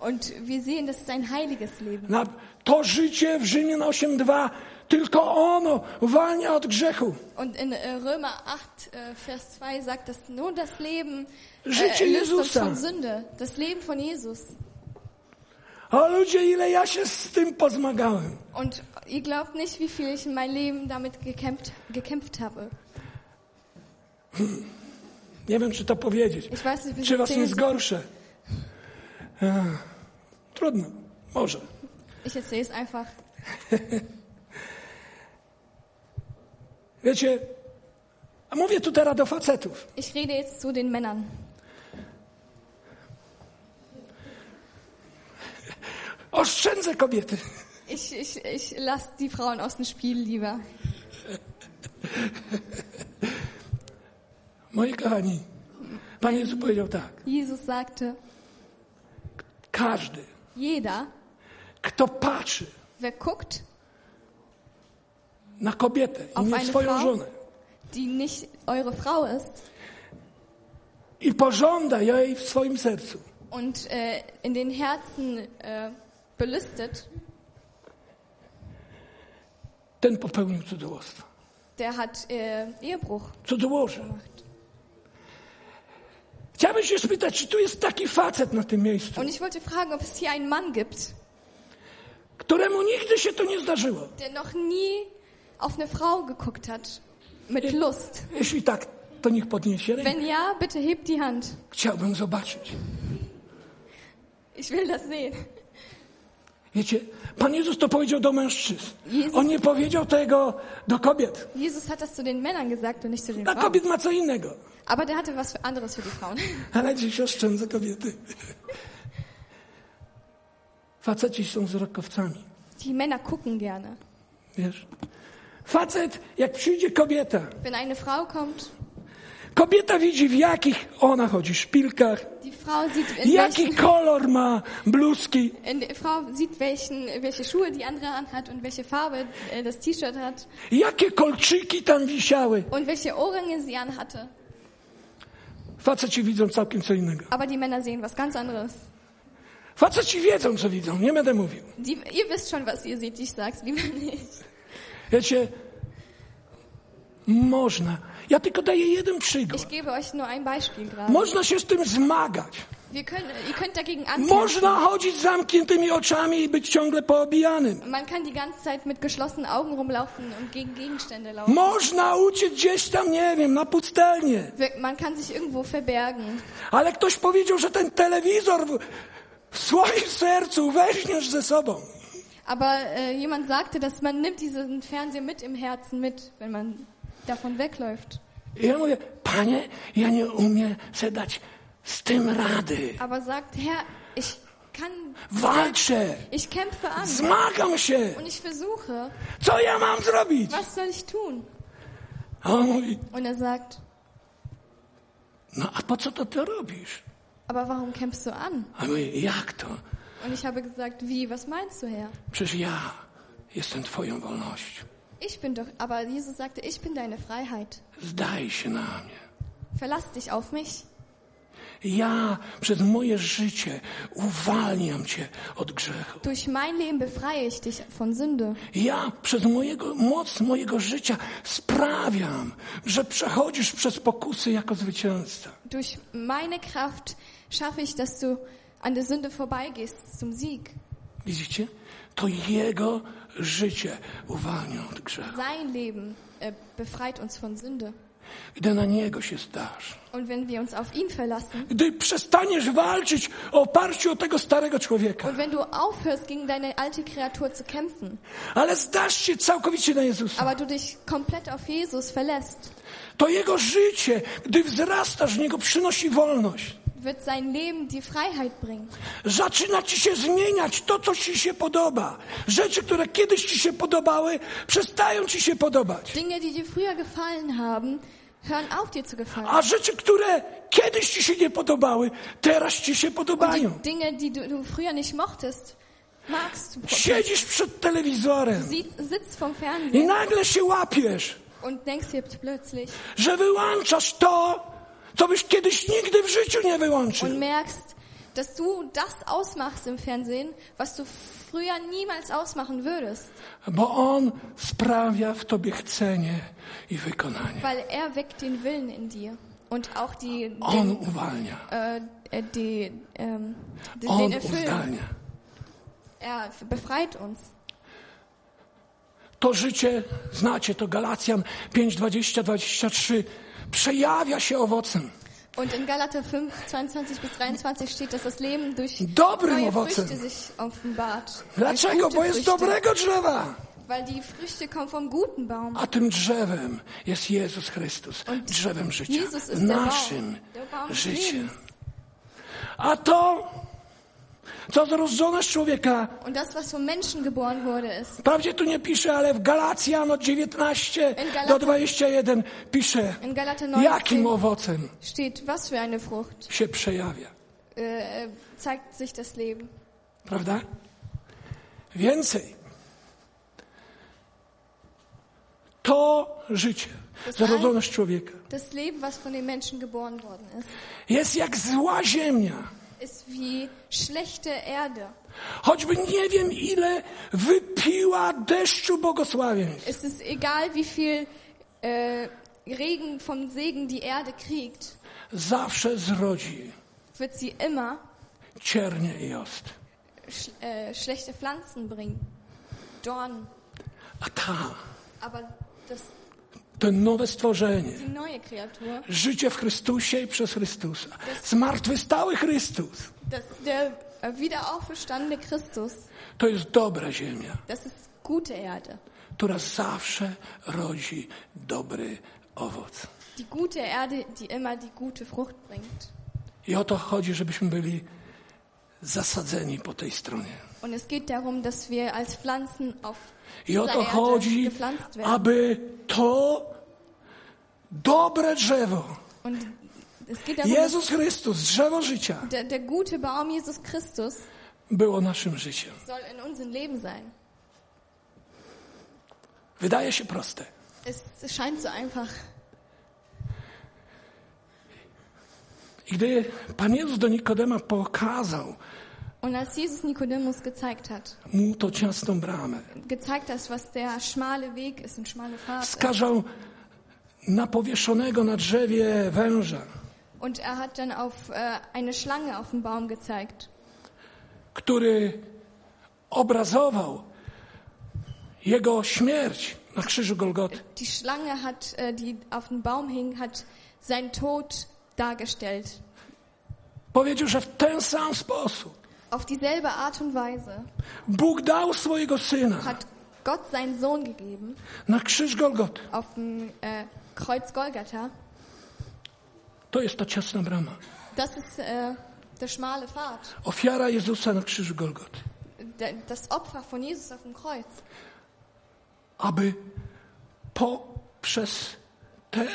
Speaker 3: Und wir sehen, das ist ein heiliges Leben.
Speaker 2: Na to życie w Rzymian 8.2, tylko ono uwalnia od grzechu.
Speaker 3: Und in äh, Römer 8, äh, Vers 2 sagt, dass nur das Leben
Speaker 2: Życie
Speaker 3: äh, löst uns
Speaker 2: Jezusa.
Speaker 3: von Sünde. Das Leben von Jesus.
Speaker 2: O ludzie, ile ja się z tym pozmagałem.
Speaker 3: Und ihr glaubt nicht, wie viel ich in meinem Leben damit gekämpft, gekämpft habe.
Speaker 2: Nie wiem, czy to powiedzieć.
Speaker 3: Ich weiß nicht, wie
Speaker 2: Czy
Speaker 3: ich
Speaker 2: was
Speaker 3: erzähle
Speaker 2: jest
Speaker 3: es,
Speaker 2: gorsze? Ech, Trudno, może.
Speaker 3: ich erzähle es einfach.
Speaker 2: Wiecie, a mówię tu teraz do facetów.
Speaker 3: Ich rede jetzt zu den Männern.
Speaker 2: Oszczędzę kobiety.
Speaker 3: Ich, ich, ich lasse die Frauen aus dem Spiel lieber.
Speaker 2: Moi kochani, Pan Jezus powiedział tak.
Speaker 3: Jesus sagte,
Speaker 2: Każdy,
Speaker 3: jeder,
Speaker 2: kto patrzy
Speaker 3: wer guckt,
Speaker 2: na kobietę i
Speaker 3: Auf
Speaker 2: nie
Speaker 3: eine
Speaker 2: swoją
Speaker 3: Frau?
Speaker 2: żonę
Speaker 3: die nicht eure Frau ist
Speaker 2: i pożąda jej w swoim sercu,
Speaker 3: und äh, in den Herzen äh, belistet,
Speaker 2: ten popełnił cudzołóstwo.
Speaker 3: der hat äh, Ehebruch.
Speaker 2: Cudzołoże. Chciałbym się spytać, czy tu jest taki facet na tym miejscu,
Speaker 3: Und ich wollte fragen, ob es hier einen Mann gibt,
Speaker 2: któremu nigdy się to nie zdarzyło.
Speaker 3: der noch nie auf eine Frau geguckt hat. Mit Lust.
Speaker 2: Jeśli tak, to niech podniesie rękę.
Speaker 3: Wenn ja, bitte hebt die Hand.
Speaker 2: Chciałbym zobaczyć.
Speaker 3: Ich will das sehen.
Speaker 2: Wiecie, Pan Jezus to powiedział do mężczyzn.
Speaker 3: Jezus-
Speaker 2: On nie powiedział tego do kobiet.
Speaker 3: Jesus hat das zu den Männern gesagt und nicht zu den
Speaker 2: Dla
Speaker 3: Frauen.
Speaker 2: kobiet ma co innego.
Speaker 3: Aber der hatte was für anderes für die Frauen.
Speaker 2: Ale dziś oszczędzę kobiety. Faceci są wzrokowcami,
Speaker 3: Die Männer gucken gerne.
Speaker 2: wiesz. Facet, jak przyjdzie kobieta,
Speaker 3: Wenn eine Frau kommt,
Speaker 2: kobieta widzi w jakich ona chodzi, szpilkach,
Speaker 3: die Frau sieht, in
Speaker 2: jaki
Speaker 3: welchen,
Speaker 2: kolor ma bluzki.
Speaker 3: in, die Frau sieht welchen, welche Schuhe die andere anhat und welche Farbe äh, das T-Shirt hat
Speaker 2: Jakie kolczyki tam wisiały?
Speaker 3: und welche Ohrringe sie anhatte.
Speaker 2: Faceci widzą całkiem co innego.
Speaker 3: Aber die Männer sehen was ganz anderes.
Speaker 2: Faceci wiedzą, co widzą, nie będę mówił.
Speaker 3: Die, ihr wisst schon, was ihr seht. Ich sag's lieber nicht.
Speaker 2: Wiecie, można. Ja tylko daję jeden
Speaker 3: Ich
Speaker 2: przykład.
Speaker 3: gebe euch nur ein Beispiel gerade.
Speaker 2: Można się z tym zmagać.
Speaker 3: Wir können, ihr könnt dagegen ankämpfen.
Speaker 2: Można chodzić z zamkniętymi oczami i być ciągle poobijanym.
Speaker 3: Man kann die ganze Zeit mit geschlossenen Augen rumlaufen und gegen Gegenstände laufen.
Speaker 2: Można uciec gdzieś tam, nie wiem, na pustelnię.
Speaker 3: Wir- Man kann sich irgendwo verbergen.
Speaker 2: Ale ktoś powiedział, że ten telewizor w, w swoim sercu weźmiesz ze sobą.
Speaker 3: Aber äh, jemand sagte, dass man nimmt diesen Fernseher mit im Herzen mit, wenn man davon wegläuft.
Speaker 2: I ja mówię, panie, ja nie umiem se dać z tym rady.
Speaker 3: Aber sagt, Herr, ich kann,
Speaker 2: Walczę,
Speaker 3: ich kämpfe an
Speaker 2: zmagam się.
Speaker 3: und ich versuche,
Speaker 2: Co ja mam zrobić?
Speaker 3: was soll ich tun?
Speaker 2: A on mówi,
Speaker 3: Und er sagt,
Speaker 2: no a po co to ty robisz?
Speaker 3: aber warum kämpfst du an?
Speaker 2: A mówię, jak to?
Speaker 3: Und ich habe gesagt, wie, was meinst du, Herr?
Speaker 2: Przecież ja jestem twoją wolnością.
Speaker 3: Ich bin doch, aber Jesus sagte, ich bin deine Freiheit.
Speaker 2: Zdaj się na mnie.
Speaker 3: Verlass dich auf mich.
Speaker 2: Ja przez moje życie uwalniam cię od grzechu.
Speaker 3: Durch mein Leben befreie ich dich von Sünde.
Speaker 2: Ja przez mojego, moc mojego życia sprawiam, że przechodzisz przez pokusy jako zwycięzca.
Speaker 3: Durch meine Kraft schaffe ich, dass du an der Sünde vorbeigehst zum Sieg.
Speaker 2: Widzicie? To jego życie uwalnia od grzechu.
Speaker 3: Sein Leben äh, befreit uns von Sünde.
Speaker 2: gdy na Niego się zdasz.
Speaker 3: Und wenn wir uns auf ihn verlassen
Speaker 2: Gdy przestaniesz walczyć o oparciu o tego starego człowieka,
Speaker 3: und wenn du aufhörst, gegen deine alte Kreatur zu kämpfen,
Speaker 2: ale zdasz się całkowicie na Jezusa,
Speaker 3: aber du dich komplett auf Jesus verlässt,
Speaker 2: to Jego życie, gdy wzrastasz w Niego, przynosi wolność.
Speaker 3: wird sein Leben die Freiheit bringen.
Speaker 2: Zaczyna ci się zmieniać to, co ci się podoba. Rzeczy, które kiedyś ci się podobały, przestają ci się podobać.
Speaker 3: Dinge, die dir früher gefallen haben, hören auf, dir zu gefallen.
Speaker 2: A rzeczy, które kiedyś ci się nie podobały, teraz ci się podobają.
Speaker 3: Die Dinge, die du, du früher nicht mochtest, magst du.
Speaker 2: Siedzisz przed telewizorem
Speaker 3: Sie sitzt vom
Speaker 2: i
Speaker 3: Fernsehen
Speaker 2: nagle się łapiesz,
Speaker 3: und denkst dir plötzlich
Speaker 2: że wyłączasz to, co byś kiedyś nigdy w życiu nie
Speaker 3: und
Speaker 2: wyłączył.
Speaker 3: merkst, dass du das ausmachst im Fernsehen, was du früher niemals ausmachen würdest,
Speaker 2: Bo On sprawia w tobie chcenie i wykonanie.
Speaker 3: weil er weckt den Willen in dir und auch die,
Speaker 2: On
Speaker 3: den,
Speaker 2: uwalnia.
Speaker 3: äh, äh, die, ähm, den, den
Speaker 2: On
Speaker 3: erfüllen.
Speaker 2: uzdalnia.
Speaker 3: Er befreit uns.
Speaker 2: To życie, znacie to Galacjan 5, 20, 23, przejawia się owocem.
Speaker 3: Und in Galater 5, 22 bis 23 steht, dass das Leben durch
Speaker 2: Dobrym
Speaker 3: neue
Speaker 2: owocem.
Speaker 3: Früchte sich offenbart.
Speaker 2: Dlaczego?
Speaker 3: Durch
Speaker 2: Bo
Speaker 3: gute
Speaker 2: jest
Speaker 3: Früchte.
Speaker 2: dobrego drzewa.
Speaker 3: Weil die Früchte kommen vom guten Baum.
Speaker 2: A tym drzewem jest Jezus Chrystus, drzewem życia,
Speaker 3: Jesus ist der
Speaker 2: naszym
Speaker 3: Baum, der Baum des
Speaker 2: życiem.
Speaker 3: Lebens.
Speaker 2: A to, co zrodzone z człowieka,
Speaker 3: Und das, was vom Menschen geboren wurde, ist.
Speaker 2: wprawdzie tu nie pisze, ale w Galacjan od 19
Speaker 3: In Galacjan- No
Speaker 2: do 21 pisze,
Speaker 3: In Galater
Speaker 2: jakim
Speaker 3: 19
Speaker 2: owocem
Speaker 3: steht, was für eine Frucht
Speaker 2: się przejawia.
Speaker 3: äh, zeigt sich das Leben.
Speaker 2: Prawda? Więcej. To życie zrodzone z człowieka
Speaker 3: Das Leben, was von den Menschen geboren worden ist,
Speaker 2: jest jak zła ziemia.
Speaker 3: ist wie schlechte Erde.
Speaker 2: Choćby nie wiem ile wypiła deszczu błogosławieństw.
Speaker 3: Es ist egal, wie viel äh, Regen vom Segen die Erde kriegt,
Speaker 2: Zawsze zrodzi
Speaker 3: wird sie immer
Speaker 2: ciernie i ost.
Speaker 3: sch äh, schlechte Pflanzen bringen. Dornen.
Speaker 2: A ta,
Speaker 3: Aber das,
Speaker 2: to nowe stworzenie,
Speaker 3: die neue Kreatur,
Speaker 2: życie w Chrystusie i przez Chrystusa, zmartwychwstały Chrystus,
Speaker 3: das, der äh, wiederauferstandene Christus,
Speaker 2: to jest dobra ziemia,
Speaker 3: das ist gute Erde.
Speaker 2: która zawsze rodzi dobry owoc.
Speaker 3: Die gute Erde, die immer die gute Frucht bringt.
Speaker 2: I o to chodzi, żebyśmy byli zasadzeni po tej stronie.
Speaker 3: Und es geht darum, dass wir als Pflanzen auf
Speaker 2: I o
Speaker 3: dieser
Speaker 2: to
Speaker 3: Erde
Speaker 2: chodzi,
Speaker 3: gepflanzt werden.
Speaker 2: aby to dobre drzewo,
Speaker 3: Und es geht darum,
Speaker 2: Jezus Chrystus, drzewo życia,
Speaker 3: dass der, der gute Baum Jesus Christus
Speaker 2: było naszym życiem.
Speaker 3: soll in unserem Leben sein.
Speaker 2: Wydaje się proste.
Speaker 3: Es scheint so einfach.
Speaker 2: I gdy Pan Jezus do Nikodema pokazał
Speaker 3: Und als Jesus Nikodemus gezeigt hat,
Speaker 2: mu to ciasną bramę,
Speaker 3: gezeigt hat, was der schmale Weg ist und schmale Pfad ist,
Speaker 2: wskazał na powieszonego na drzewie węża,
Speaker 3: Und er hat dann auf äh, eine Schlange auf dem Baum gezeigt,
Speaker 2: który obrazował jego śmierć na krzyżu Golgoty.
Speaker 3: die Schlange hat, äh, die auf dem Baum hing, hat seinen Tod dargestellt.
Speaker 2: Powiedział, że w ten sam sposób
Speaker 3: Auf dieselbe Art und Weise
Speaker 2: Bóg dał swojego Syna
Speaker 3: hat Gott seinen Sohn gegeben
Speaker 2: na krzyż Golgoty.
Speaker 3: auf dem äh, Kreuz Golgatha.
Speaker 2: To jest ta ciasna brama.
Speaker 3: Das ist äh, der schmale Pfad,
Speaker 2: Ofiara Jezusa na krzyżu Golgoty.
Speaker 3: der, das Opfer von Jesus auf dem Kreuz,
Speaker 2: aby poprzez tę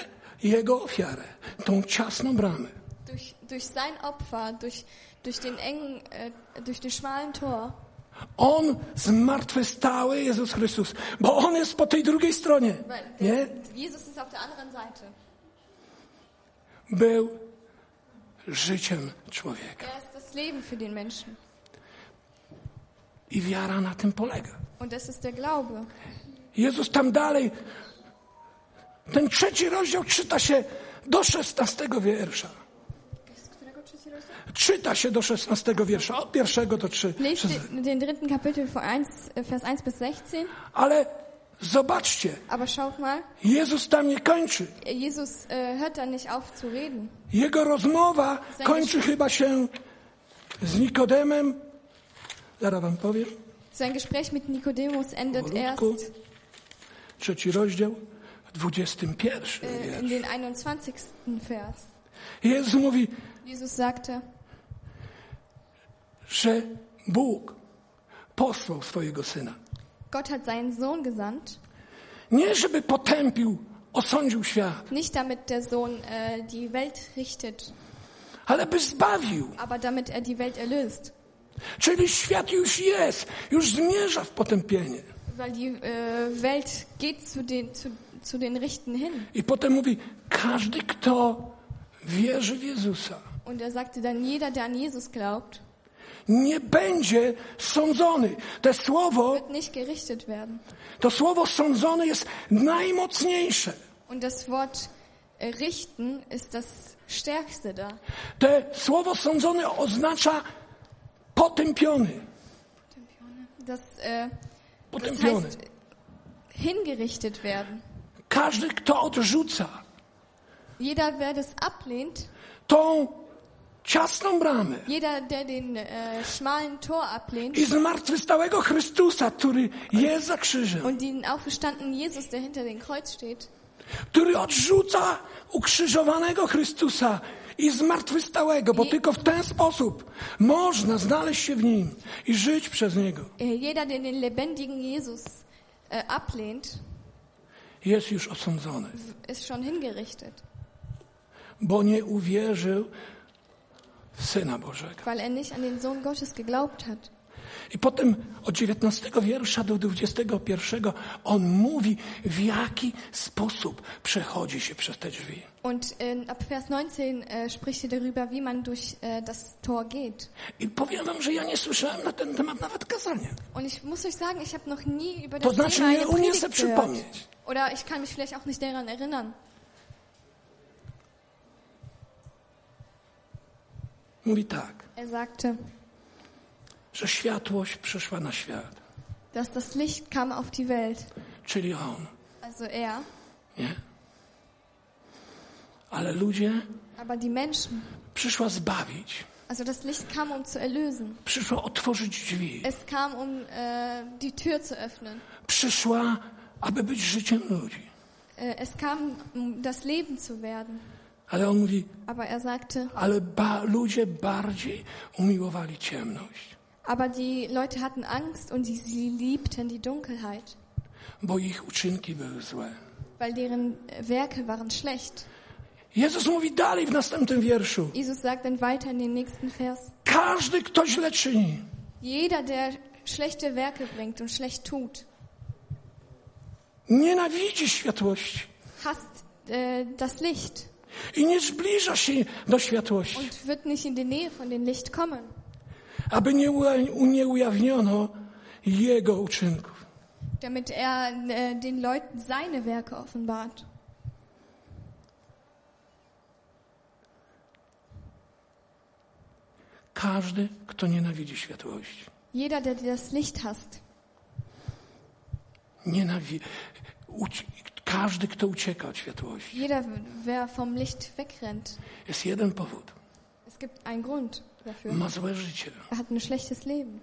Speaker 2: jego ofiarę, tą ciasną bramę,
Speaker 3: durch, durch sein Opfer, durch, durch den engen, äh, durch den schmalen Tor
Speaker 2: on zmartwychwstały Jezus Chrystus, bo on jest po tej drugiej stronie,
Speaker 3: weil der,
Speaker 2: nie?
Speaker 3: Jesus ist auf der anderen Seite.
Speaker 2: Był życiem człowieka.
Speaker 3: Er ist das Leben für den Menschen.
Speaker 2: I wiara na tym polega.
Speaker 3: Und das ist der Glaube.
Speaker 2: Jezus tam dalej, ten trzeci rozdział czyta się do szesnastego wiersza. Czyta się do szesnastego wiersza, od pierwszego do trzy.
Speaker 3: Lest
Speaker 2: przez-
Speaker 3: den, den dritten Kapitel, von 1, äh, Vers 1 bis 16.
Speaker 2: Ale Zobaczcie,
Speaker 3: Aber schaut mal,
Speaker 2: Jezus tam nie kończy.
Speaker 3: Jesus äh, hört dann nicht auf zu reden.
Speaker 2: Jego rozmowa kończy chyba się z Nikodemem. Zaraz wam powiem.
Speaker 3: Sein Gespräch mit Nikodemus endet erst
Speaker 2: Malutko. Trzeci rozdział, w 21.
Speaker 3: äh, in den 21. Vers.
Speaker 2: Jezus mówi,
Speaker 3: Jesus sagte,
Speaker 2: że Bóg posłał swojego Syna.
Speaker 3: Gott hat seinen Sohn gesandt,
Speaker 2: Nie żeby potępił, osądził świat,
Speaker 3: nicht damit der Sohn äh, die Welt richtet,
Speaker 2: ale by zbawił.
Speaker 3: aber damit er die Welt erlöst.
Speaker 2: Czyli świat już jest, już zmierza w potępienie.
Speaker 3: Weil die äh, Welt geht zu den, zu, zu den Richten hin.
Speaker 2: I potem mówi, każdy, kto wierzy w Jezusa,
Speaker 3: Und er sagte dann, jeder, der an Jesus glaubt,
Speaker 2: nie będzie sądzony. Te słowo,
Speaker 3: wird nicht gerichtet werden.
Speaker 2: to słowo sądzony jest najmocniejsze.
Speaker 3: Und das Wort äh, richten ist das Stärkste da.
Speaker 2: Te słowo sądzony oznacza potępiony.
Speaker 3: Das, äh, das
Speaker 2: Potępiony.
Speaker 3: heißt hingerichtet werden.
Speaker 2: Każdy, kto odrzuca
Speaker 3: Jeder, der das ablehnt,
Speaker 2: tą ciasną bramę
Speaker 3: jeder, der den äh, schmalen Tor
Speaker 2: i
Speaker 3: ablehnt
Speaker 2: zmartwychwstałego Chrystusa, który jest za krzyżem,
Speaker 3: und den auferstandenen Jesus, der hinter dem Kreuz steht,
Speaker 2: który odrzuca ukrzyżowanego Chrystusa i zmartwychwstałego, bo
Speaker 3: I-
Speaker 2: tylko w ten sposób można znaleźć się w nim i żyć przez niego.
Speaker 3: äh, jeder, der den lebendigen Jesus äh, ablehnt,
Speaker 2: Jest już osądzony,
Speaker 3: ist schon hingerichtet,
Speaker 2: bo nie uwierzył w Syna Bożego.
Speaker 3: weil er nicht an den Sohn Gottes geglaubt hat.
Speaker 2: I potem od 19 wiersza do 21 on mówi, w jaki sposób przechodzi się przez te drzwi.
Speaker 3: Und in, ab Vers 19 äh, spricht er darüber, wie man durch äh, das Tor geht.
Speaker 2: I powiem wam, że ja nie słyszałem na ten temat nawet kazania.
Speaker 3: Und ich muss euch sagen, ich habe noch nie über
Speaker 2: To
Speaker 3: das
Speaker 2: znaczy,
Speaker 3: Thema
Speaker 2: nie
Speaker 3: eine
Speaker 2: umiem sobie
Speaker 3: Predigt gehört.
Speaker 2: przypomnieć.
Speaker 3: Oder ich kann mich vielleicht auch nicht daran erinnern.
Speaker 2: Mówi tak,
Speaker 3: Er sagte,
Speaker 2: że światłość przyszła na świat,
Speaker 3: dass das Licht kam auf die Welt.
Speaker 2: czyli on,
Speaker 3: Also er.
Speaker 2: nie? Ale ludzie
Speaker 3: Aber die Menschen.
Speaker 2: przyszła zbawić,
Speaker 3: Also das Licht kam, um zu erlösen.
Speaker 2: przyszła otworzyć drzwi,
Speaker 3: Es kam, um äh, die Tür zu öffnen.
Speaker 2: przyszła, aby być życiem ludzi.
Speaker 3: Äh, es kam, um das Leben zu werden.
Speaker 2: Ale on mówi,
Speaker 3: Aber er sagte,
Speaker 2: ale ba, ludzie bardziej umiłowali ciemność,
Speaker 3: aber die Leute hatten Angst und sie, sie liebten die Dunkelheit,
Speaker 2: bo ich uczynki były złe.
Speaker 3: weil deren äh, Werke waren schlecht.
Speaker 2: Jezus mówi dalej w następnym wierszu.
Speaker 3: Jesus sagt dann weiter in den nächsten Vers,
Speaker 2: Każdy, kto źle czyni,
Speaker 3: jeder, der schlechte Werke bringt und schlecht tut,
Speaker 2: nienawidzi światłości
Speaker 3: hasst äh, das Licht
Speaker 2: i nie zbliża się do światłości,
Speaker 3: und wird nicht in die Nähe von dem Licht kommen,
Speaker 2: aby nie, uja- nie ujawniono jego uczynków.
Speaker 3: damit er äh, den Leuten seine Werke offenbart.
Speaker 2: Każdy, kto nienawidzi światłości,
Speaker 3: Jeder, der das Licht hasst,
Speaker 2: nienawi- uci- każdy, kto ucieka od światłości,
Speaker 3: jeder, wer vom Licht wegrennt,
Speaker 2: jest jeden powód.
Speaker 3: es gibt einen Grund dafür.
Speaker 2: Ma złe życie,
Speaker 3: Er hat ein schlechtes Leben.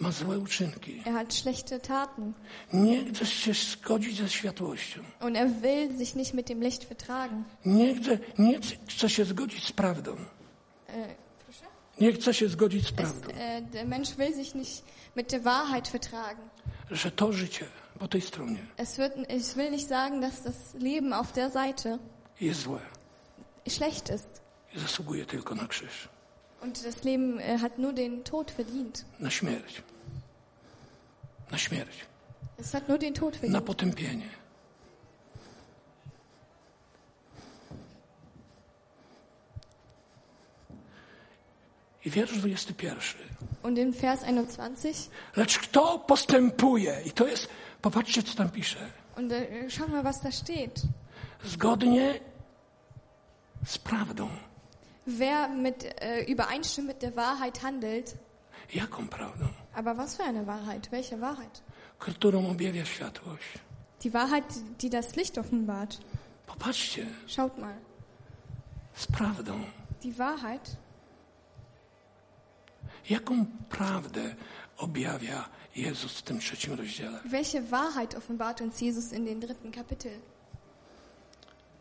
Speaker 2: ma złe uczynki.
Speaker 3: Er hat schlechte Taten.
Speaker 2: Nie chce się zgodzić ze światłością.
Speaker 3: Und er will sich nicht mit dem Licht vertragen.
Speaker 2: Nie chce, nie chce- chce się zgodzić z prawdą.
Speaker 3: Äh,
Speaker 2: Nie chce się zgodzić z
Speaker 3: es,
Speaker 2: prawdą,
Speaker 3: äh, der Mensch will sich nicht mit der Wahrheit vertragen.
Speaker 2: że to życie po tej stronie
Speaker 3: Es wird, ich will nicht sagen, dass das Leben auf der Seite
Speaker 2: jest złe
Speaker 3: schlecht ist.
Speaker 2: i zasługuje tylko na krzyż,
Speaker 3: Und das Leben äh, hat nur den Tod verdient.
Speaker 2: na śmierć, na śmierć,
Speaker 3: Es hat nur den Tod
Speaker 2: na
Speaker 3: verdient.
Speaker 2: potępienie. I wiersz 21.
Speaker 3: Und in Vers 21,
Speaker 2: Lecz kto postępuje, i to jest, popatrzcie co tam pisze,
Speaker 3: und äh, schau mal, was da steht.
Speaker 2: zgodnie z prawdą.
Speaker 3: Wer mit, äh, übereinstimmt mit der Wahrheit handelt,
Speaker 2: Jaką prawdą?
Speaker 3: aber was für eine Wahrheit? Welche Wahrheit?
Speaker 2: Którą objawia światłość.
Speaker 3: Die Wahrheit, die das Licht offenbart.
Speaker 2: Popatrzcie,
Speaker 3: Schaut mal.
Speaker 2: z prawdą.
Speaker 3: Die Wahrheit,
Speaker 2: Jaką prawdę objawia Jezus w tym trzecim rozdziale?
Speaker 3: welche Wahrheit offenbart uns Jesus in den dritten Kapitel?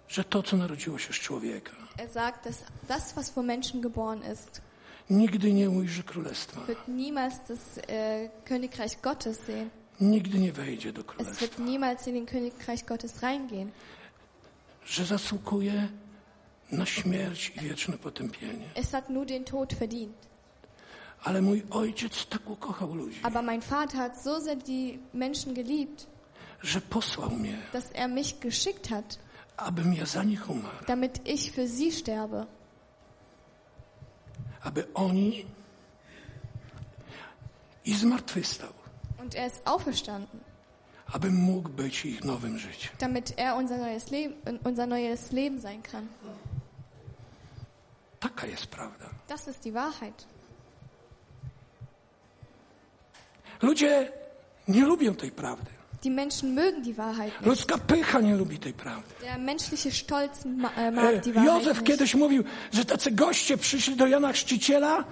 Speaker 2: Że to, co narodziło się z człowieka,
Speaker 3: Er sagt, dass das, was vom Menschen geboren ist,
Speaker 2: nigdy nie ujrzy królestwa,
Speaker 3: wird niemals das äh, Königreich Gottes sehen.
Speaker 2: nigdy nie wejdzie do
Speaker 3: Es
Speaker 2: królestwa,
Speaker 3: wird niemals in den Königreich Gottes reingehen.
Speaker 2: że zasługuje na śmierć i wieczne potępienie.
Speaker 3: Es hat nur den Tod verdient.
Speaker 2: Ale mój ojciec tak ukochał ludzi,
Speaker 3: Aber mein Vater hat so sehr die Menschen geliebt,
Speaker 2: że posłał mnie,
Speaker 3: dass er mich geschickt hat,
Speaker 2: abym ja za nich umarł,
Speaker 3: damit ich für sie sterbe,
Speaker 2: aby oni i zmartwychwstał,
Speaker 3: Und er ist auferstanden,
Speaker 2: abym mógł być ich nowym życiem.
Speaker 3: damit er unser neues Leben, unser neues Leben sein kann.
Speaker 2: Taka jest prawda.
Speaker 3: Das ist die Wahrheit.
Speaker 2: Ludzie nie lubią tej prawdy.
Speaker 3: Die Menschen mögen die Wahrheit nicht.
Speaker 2: Ludzka pycha nie lubi tej prawdy.
Speaker 3: Der menschliche Stolz ma äh, mag die
Speaker 2: E, Józef
Speaker 3: Wahrheit nicht.
Speaker 2: kiedyś mówił, że tacy goście przyszli do Jana Chrzciciela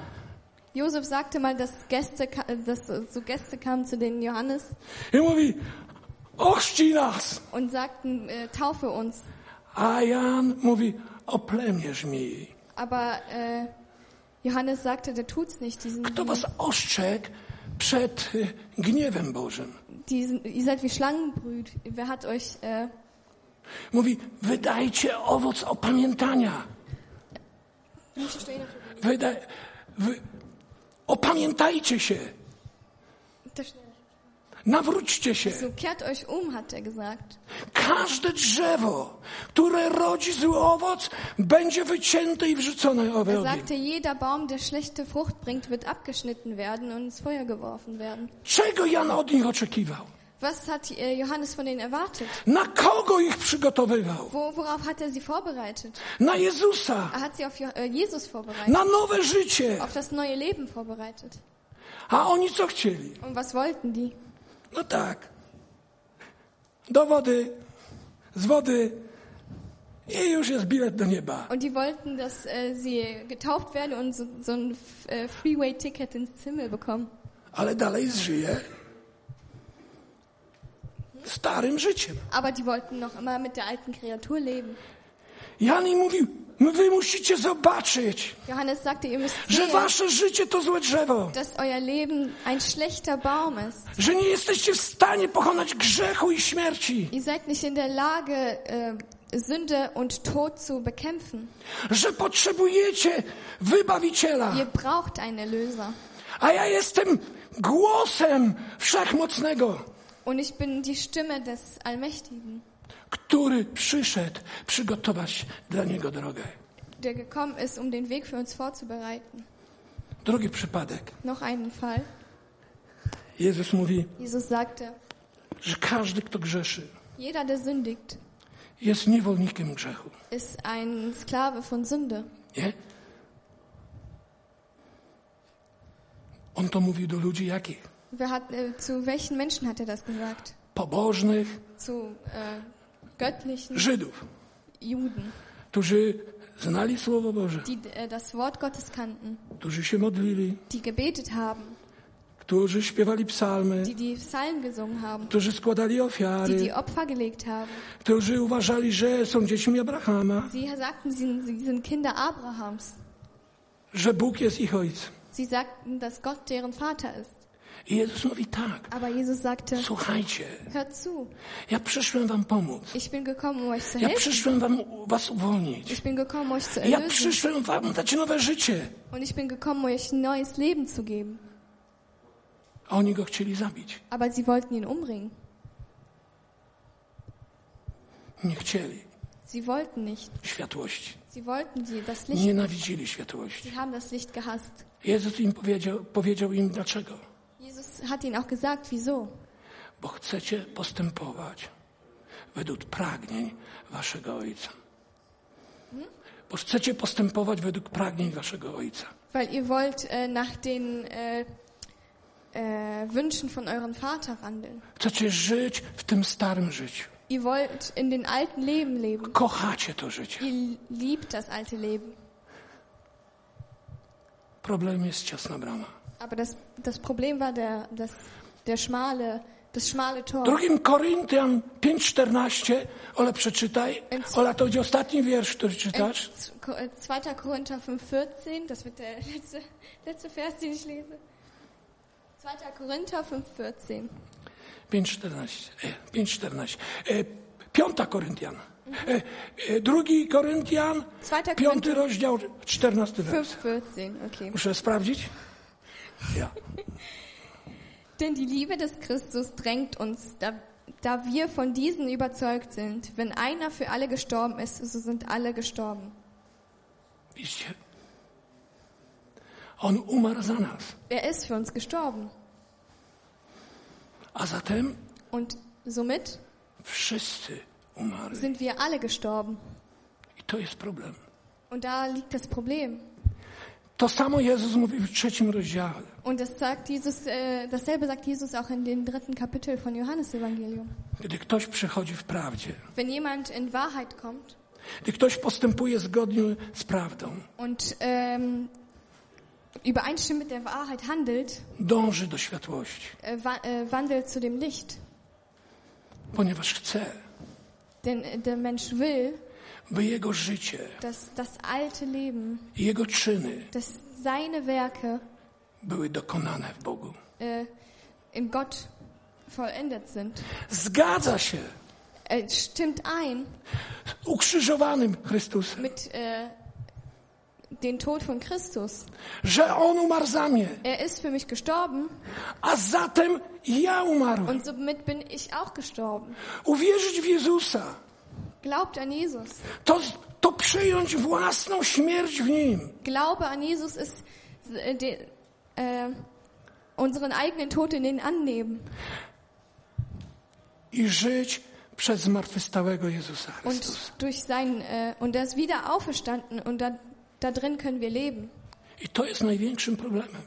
Speaker 3: Josef sagte mal, dass Gäste, ka- äh, dass äh, so Gäste kamen zu den Johannes
Speaker 2: i mówi, ochrzcij nas.
Speaker 3: und sagten, äh, taufe uns.
Speaker 2: A Jan mówi, oplemierz mi.
Speaker 3: Aber äh, Johannes sagte, der tut's nicht. Diesen,
Speaker 2: Kto was ostrzegł przed y, gniewem Bożym?
Speaker 3: diesen, ihr seid wie Schlangenbrüt. Wer hat euch, äh,
Speaker 2: Mówi, wydajcie owoc opamiętania. Wyda... Wy... Opamiętajcie się, nawróćcie się.
Speaker 3: so kehrt euch um, hat er gesagt.
Speaker 2: Każde drzewo, które rodzi zły owoc, będzie wycięte i wrzucone w
Speaker 3: Er
Speaker 2: ogień.
Speaker 3: sagte, jeder Baum, der schlechte Frucht bringt, wird abgeschnitten werden und ins Feuer geworfen werden.
Speaker 2: Czego Jan od nich oczekiwał?
Speaker 3: Was hat äh, Johannes von denen erwartet?
Speaker 2: Na kogo ich przygotowywał?
Speaker 3: Wo, worauf hat er sie vorbereitet?
Speaker 2: Na Jezusa,
Speaker 3: Er hat sie auf Jo- äh, Jesus vorbereitet,
Speaker 2: na nowe życie.
Speaker 3: auf das neue Leben vorbereitet.
Speaker 2: A oni co chcieli?
Speaker 3: Und was wollten die?
Speaker 2: No tak. Do wody, z wody i już jest bilet do nieba.
Speaker 3: Und die wollten, dass äh, sie getauft werden und so, so ein F- äh, Freeway-Ticket ins Himmel bekommen.
Speaker 2: Ale dalej żyje starym życiem.
Speaker 3: Aber die wollten noch immer mit der alten Kreatur leben.
Speaker 2: Jan im mówił, wy musicie zobaczyć,
Speaker 3: Johannes sagte, ihr müsst
Speaker 2: że
Speaker 3: sehen,
Speaker 2: wasze życie to złe drzewo,
Speaker 3: dass euer Leben ein schlechter Baum ist.
Speaker 2: że nie jesteście w stanie pokonać grzechu i śmierci,
Speaker 3: Ihr seid nicht in der Lage, äh, Sünde und Tod zu bekämpfen.
Speaker 2: że potrzebujecie wybawiciela,
Speaker 3: Ihr braucht einen Erlöser.
Speaker 2: a ja jestem głosem wszechmocnego,
Speaker 3: Und ich bin die Stimme des Allmächtigen,
Speaker 2: który przyszedł przygotować dla niego drogę.
Speaker 3: der gekommen ist, um den Weg für uns vorzubereiten.
Speaker 2: Drugi przypadek.
Speaker 3: Noch einen Fall.
Speaker 2: Jezus mówi,
Speaker 3: Jesus sagte,
Speaker 2: że każdy, kto grzeszy,
Speaker 3: jeder, der sündigt,
Speaker 2: jest niewolnikiem grzechu.
Speaker 3: ist ein Sklave von Sünde.
Speaker 2: Nie? On to mówi do ludzi jakich?
Speaker 3: Wer hat, äh, zu welchen Menschen hat er das gesagt?
Speaker 2: Pobożnych
Speaker 3: Zu äh, göttlichen
Speaker 2: Żydów.
Speaker 3: Juden,
Speaker 2: którzy znali Słowo Boże,
Speaker 3: die äh, das Wort Gottes kannten,
Speaker 2: którzy się modlili,
Speaker 3: die gebetet haben,
Speaker 2: którzy śpiewali psalmy,
Speaker 3: die die Psalmen gesungen haben.
Speaker 2: którzy składali
Speaker 3: die die
Speaker 2: ofiary,
Speaker 3: Opfer gelegt haben.
Speaker 2: którzy uważali, że są dziećmi Abrahama,
Speaker 3: Sie sagten, sie sind, sie sind Kinder Abrahams.
Speaker 2: że Bóg jest ich ojcem.
Speaker 3: Sie sagten, dass Gott deren Vater ist.
Speaker 2: I Jezus mówi tak,
Speaker 3: Aber Jesus sagte,
Speaker 2: słuchajcie,
Speaker 3: hört zu,
Speaker 2: ja przyszłem wam pomóc,
Speaker 3: ich bin gekommen, um euch zu
Speaker 2: ja
Speaker 3: helfen.
Speaker 2: przyszłem wam was uwolnić,
Speaker 3: Ich bin gekommen, um euch zu
Speaker 2: ja
Speaker 3: erlösen.
Speaker 2: przyszłem wam dać nowe życie.
Speaker 3: Und ich bin gekommen, um euch ein neues Leben zu geben.
Speaker 2: A oni go chcieli zabić.
Speaker 3: Aber sie wollten ihn umbringen.
Speaker 2: Nie chcieli
Speaker 3: Sie wollten nicht.
Speaker 2: światłości.
Speaker 3: Sie wollten die, das Licht.
Speaker 2: Nienawidzili światłości.
Speaker 3: Sie haben das Licht gehasst.
Speaker 2: Jezus im powiedział, powiedział im dlaczego.
Speaker 3: Jesus hat ihnen auch gesagt, wieso?
Speaker 2: bo chcecie postępować według pragnień waszego Ojca. Bo chcecie postępować według pragnień waszego Ojca.
Speaker 3: Weil ihr wollt äh, nach den äh, äh, Wünschen von eurem Vater wandeln.
Speaker 2: Chcecie żyć w tym starym życiu.
Speaker 3: Ihr wollt in den alten Leben leben.
Speaker 2: Kochacie to życie.
Speaker 3: Ihr liebt das alte Leben.
Speaker 2: Problem jest ciasna brama.
Speaker 3: Aber das, das Problem war der, das, der schmale, das schmale Tor.
Speaker 2: Drugim Koryntian 5,14, Ole przeczytaj. Ola, to będzie ostatni wiersz, który czytasz.
Speaker 3: Z- Ko- äh, 2. Korinther 5,14, das wird der letzte, letzte Vers, den ich lese. 2. Korinther 5,14.
Speaker 2: 5,14. e, 5,14. E, Piąta Koryntian. E, e, Drugi Koryntian,
Speaker 3: Zweiter
Speaker 2: piąty
Speaker 3: Koryntian.
Speaker 2: rozdział, 14 wers.
Speaker 3: 5,14, okay.
Speaker 2: Muszę sprawdzić. Ja.
Speaker 3: Denn die Liebe des Christus drängt uns, da, da wir von diesen überzeugt sind. Wenn einer für alle gestorben ist, so sind alle gestorben.
Speaker 2: Widzicie? On umarł za nas.
Speaker 3: Er ist für uns gestorben.
Speaker 2: A zatem
Speaker 3: Und somit
Speaker 2: wszyscy umarli.
Speaker 3: sind wir alle gestorben.
Speaker 2: I to jest problem.
Speaker 3: Und da liegt das Problem.
Speaker 2: To samo Jezus mówił w trzecim rozdziale.
Speaker 3: Und das sagt Jesus, äh, dasselbe sagt Jesus auch in dem dritten Kapitel von Johannes Evangelium.
Speaker 2: Gdy ktoś przychodzi w prawdzie,
Speaker 3: Wenn jemand in Wahrheit kommt
Speaker 2: gdy ktoś postępuje zgodnie z prawdą,
Speaker 3: und ähm, übereinstimmend mit der Wahrheit handelt,
Speaker 2: dąży do światłości,
Speaker 3: äh, wa äh, wandelt zu dem Licht.
Speaker 2: ponieważ chce,
Speaker 3: Denn äh, der Mensch will,
Speaker 2: by jego życie
Speaker 3: dass das alte Leben,
Speaker 2: i jego czyny
Speaker 3: dass seine Werke
Speaker 2: były dokonane w Bogu.
Speaker 3: äh, in Gott vollendet sind.
Speaker 2: Zgadza się
Speaker 3: Äh, stimmt ein
Speaker 2: z ukrzyżowanym Chrystusem,
Speaker 3: mit äh, den Tod von Christus.
Speaker 2: że On umarł za mnie,
Speaker 3: Er ist für mich gestorben
Speaker 2: a zatem ja umarłem.
Speaker 3: und somit bin ich auch gestorben.
Speaker 2: Uwierzyć w Jezusa,
Speaker 3: Glaubt an Jesus.
Speaker 2: to, to przyjąć własną śmierć w Nim.
Speaker 3: Glaube an Jesus ist äh, de, äh, unseren eigenen Tod in den annehmen
Speaker 2: i żyć przez zmartwychwstałego Jezusa Chrystusa.
Speaker 3: und durch sein äh, und er ist wieder auferstanden und da, da drin können wir leben.
Speaker 2: I to jest największym problemem.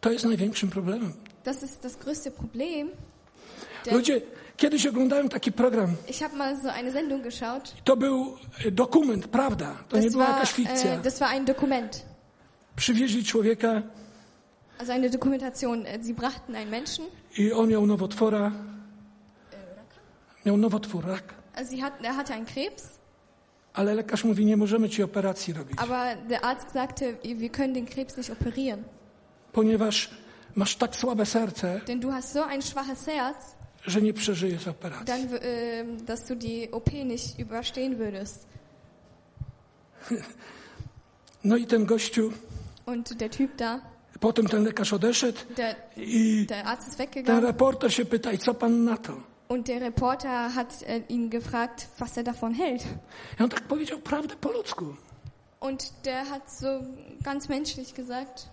Speaker 2: To jest największym problemem.
Speaker 3: Das ist das größte Problem. Denn
Speaker 2: Ludzie, kiedyś oglądałem taki program,
Speaker 3: ich habe mal so eine Sendung geschaut.
Speaker 2: to był e, dokument, prawda, to nie
Speaker 3: Das
Speaker 2: była
Speaker 3: war,
Speaker 2: jakaś fikcja.
Speaker 3: äh, das war ein Dokument,
Speaker 2: Przywieźli człowieka
Speaker 3: also eine Dokumentation. Äh, Sie brachten einen Menschen.
Speaker 2: i on miał nowotwora. Miał nowotwór, rak.
Speaker 3: Also sie hatten, er hatte einen Krebs,
Speaker 2: Ale lekarz mówi, nie możemy ci operacji robić,
Speaker 3: aber der Arzt sagte, wir können den Krebs nicht operieren,
Speaker 2: ponieważ masz tak słabe serce,
Speaker 3: denn du hast so ein schwaches Herz.
Speaker 2: że nie przeżyjesz operacji.
Speaker 3: Dann, w- ähm, dass du die OP nicht überstehen würdest.
Speaker 2: No i ten gościu,
Speaker 3: Und der Typ da,
Speaker 2: potem ten lekarz odeszedł
Speaker 3: der,
Speaker 2: i
Speaker 3: der Arzt ist
Speaker 2: ten
Speaker 3: weggegangen
Speaker 2: reporter się pyta, i co pan na to?
Speaker 3: und der Reporter hat äh, ihn gefragt, was er davon hält.
Speaker 2: I on tak powiedział prawdę po ludzku.
Speaker 3: Und der hat so ganz menschlich gesagt,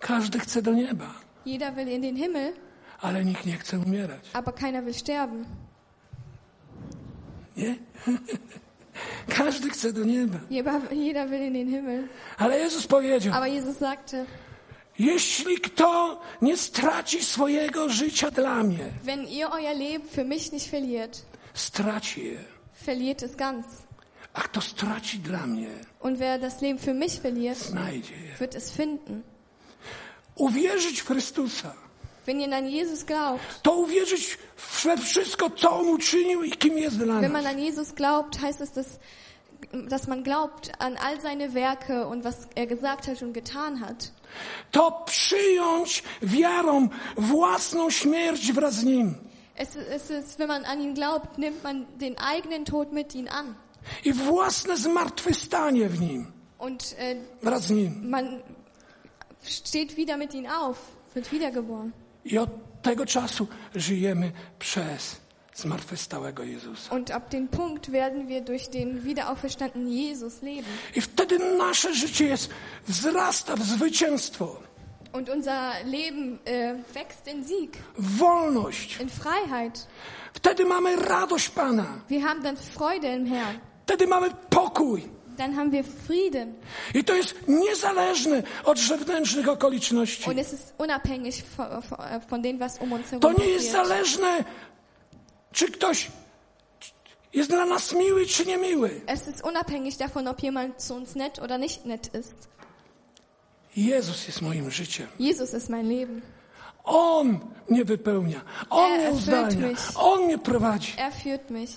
Speaker 2: Każdy chce do nieba,
Speaker 3: jeder will in den Himmel,
Speaker 2: ale nikt nie chce umierać.
Speaker 3: aber keiner will sterben.
Speaker 2: Nie? Każdy chce do nieba.
Speaker 3: Jeder, jeder will in den Himmel.
Speaker 2: Ale Jezus powiedział,
Speaker 3: Aber Jesus sagte,
Speaker 2: jeśli kto nie straci swojego życia dla mnie,
Speaker 3: wenn ihr euer Leben für mich nicht verliert,
Speaker 2: straci je.
Speaker 3: verliert es ganz.
Speaker 2: A kto straci dla mnie,
Speaker 3: Und wer das Leben für mich verliert,
Speaker 2: znajdzie je.
Speaker 3: wird es finden.
Speaker 2: Uwierzyć w Chrystusa,
Speaker 3: Wenn ihr an Jesus glaubt,
Speaker 2: to uwierzyć we wszystko, co On uczynił i kim jest dla
Speaker 3: Wenn
Speaker 2: nas.
Speaker 3: man an Jesus glaubt, heißt es, dass, dass man glaubt an all seine Werke und was er gesagt hat und getan hat.
Speaker 2: To przyjąć wiarą własną śmierć wraz z Nim.
Speaker 3: Es, es ist, wenn man an ihn glaubt, nimmt man den eigenen Tod mit ihm an.
Speaker 2: i własne zmartwychwstanie w nim,
Speaker 3: Und äh,
Speaker 2: wraz z nim.
Speaker 3: man steht wieder mit ihm auf, wird wiedergeboren.
Speaker 2: I od tego czasu żyjemy przez zmartwychwstałego Jezusa.
Speaker 3: Und ab dem Punkt werden wir durch den wiederauferstandenen Jesus leben.
Speaker 2: I wtedy nasze życie jest, wzrasta w zwycięstwo,
Speaker 3: Und unser Leben äh, wächst in Sieg,
Speaker 2: w wolność.
Speaker 3: in Freiheit.
Speaker 2: Wtedy mamy radość Pana,
Speaker 3: Wir haben dann Freude im Herrn.
Speaker 2: wtedy mamy pokój,
Speaker 3: dann haben wir Frieden.
Speaker 2: I to jest niezależne od zewnętrznych okoliczności.
Speaker 3: Und es ist unabhängig von, von dem, was um uns
Speaker 2: To
Speaker 3: herum
Speaker 2: nie jest
Speaker 3: passiert.
Speaker 2: zależne, czy ktoś jest dla nas miły, czy niemiły.
Speaker 3: Es ist unabhängig davon, ob jemand zu uns nett oder nicht nett ist.
Speaker 2: Jezus jest moim życiem.
Speaker 3: Jesus ist mein Leben.
Speaker 2: On mnie wypełnia. On
Speaker 3: Er
Speaker 2: mnie
Speaker 3: erfüllt
Speaker 2: uzdalnia.
Speaker 3: mich.
Speaker 2: On mnie prowadzi.
Speaker 3: Er führt mich.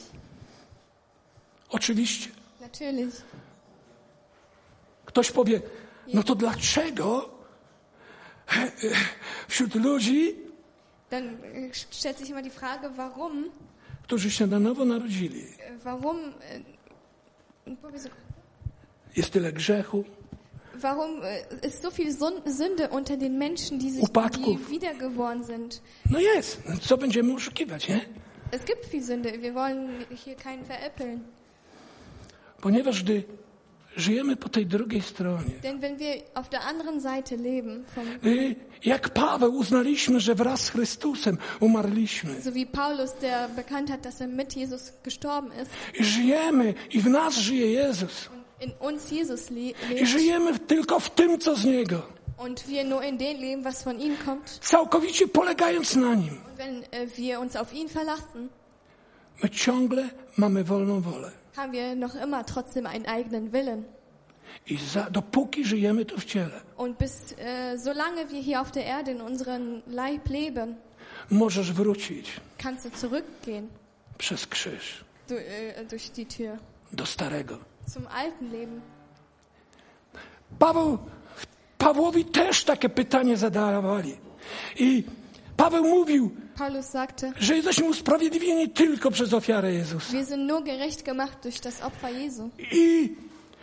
Speaker 2: Oczywiście.
Speaker 3: Natürlich.
Speaker 2: Ktoś powie, no to dlaczego wśród ludzi,
Speaker 3: Dann äh, stellt sich immer die Frage, warum,
Speaker 2: którzy się na nowo narodzili,
Speaker 3: äh, warum, äh,
Speaker 2: jest tyle grzechu,
Speaker 3: warum äh, ist so viel Sun- Sünde unter den Menschen, die sich
Speaker 2: Upadku.
Speaker 3: die wiedergeboren sind?
Speaker 2: No jest, co będziemy oszukiwać, nie?
Speaker 3: Es gibt viel Sünde. Wir wollen hier keinen veräppeln.
Speaker 2: Ponieważ gdy żyjemy po tej drugiej stronie,
Speaker 3: Denn wenn wir auf der anderen Seite leben, vom,
Speaker 2: y, jak Paweł uznaliśmy, że wraz z Chrystusem umarliśmy,
Speaker 3: so wie Paulus, der bekannt hat, dass er mit Jesus gestorben ist,
Speaker 2: i żyjemy i w nas żyje Jezus,
Speaker 3: in uns Jesus le
Speaker 2: i
Speaker 3: lebt
Speaker 2: żyjemy tylko w tym, co z Niego,
Speaker 3: und wir nur in dem leben, was von ihm kommt,
Speaker 2: całkowicie polegając na Nim,
Speaker 3: und wenn äh, wir uns auf ihn verlassen,
Speaker 2: my ciągle mamy wolną wolę.
Speaker 3: haben wir noch immer trotzdem einen eigenen Willen.
Speaker 2: I za, dopóki żyjemy tu w ciele,
Speaker 3: Und bis äh, solange wir hier auf der Erde in unserem Leib leben,
Speaker 2: możesz wrócić
Speaker 3: kannst du zurückgehen
Speaker 2: przez krzyż
Speaker 3: du, äh, durch die Tür
Speaker 2: do starego.
Speaker 3: zum alten Leben.
Speaker 2: Paweł, Pawłowi też takie pytanie zadawali. I Paweł mówił,
Speaker 3: Paulus sagte,
Speaker 2: że jesteśmy usprawiedliwieni tylko przez ofiarę Jezusa.
Speaker 3: wir sind nur gerecht gemacht durch das Opfer Jesu.
Speaker 2: I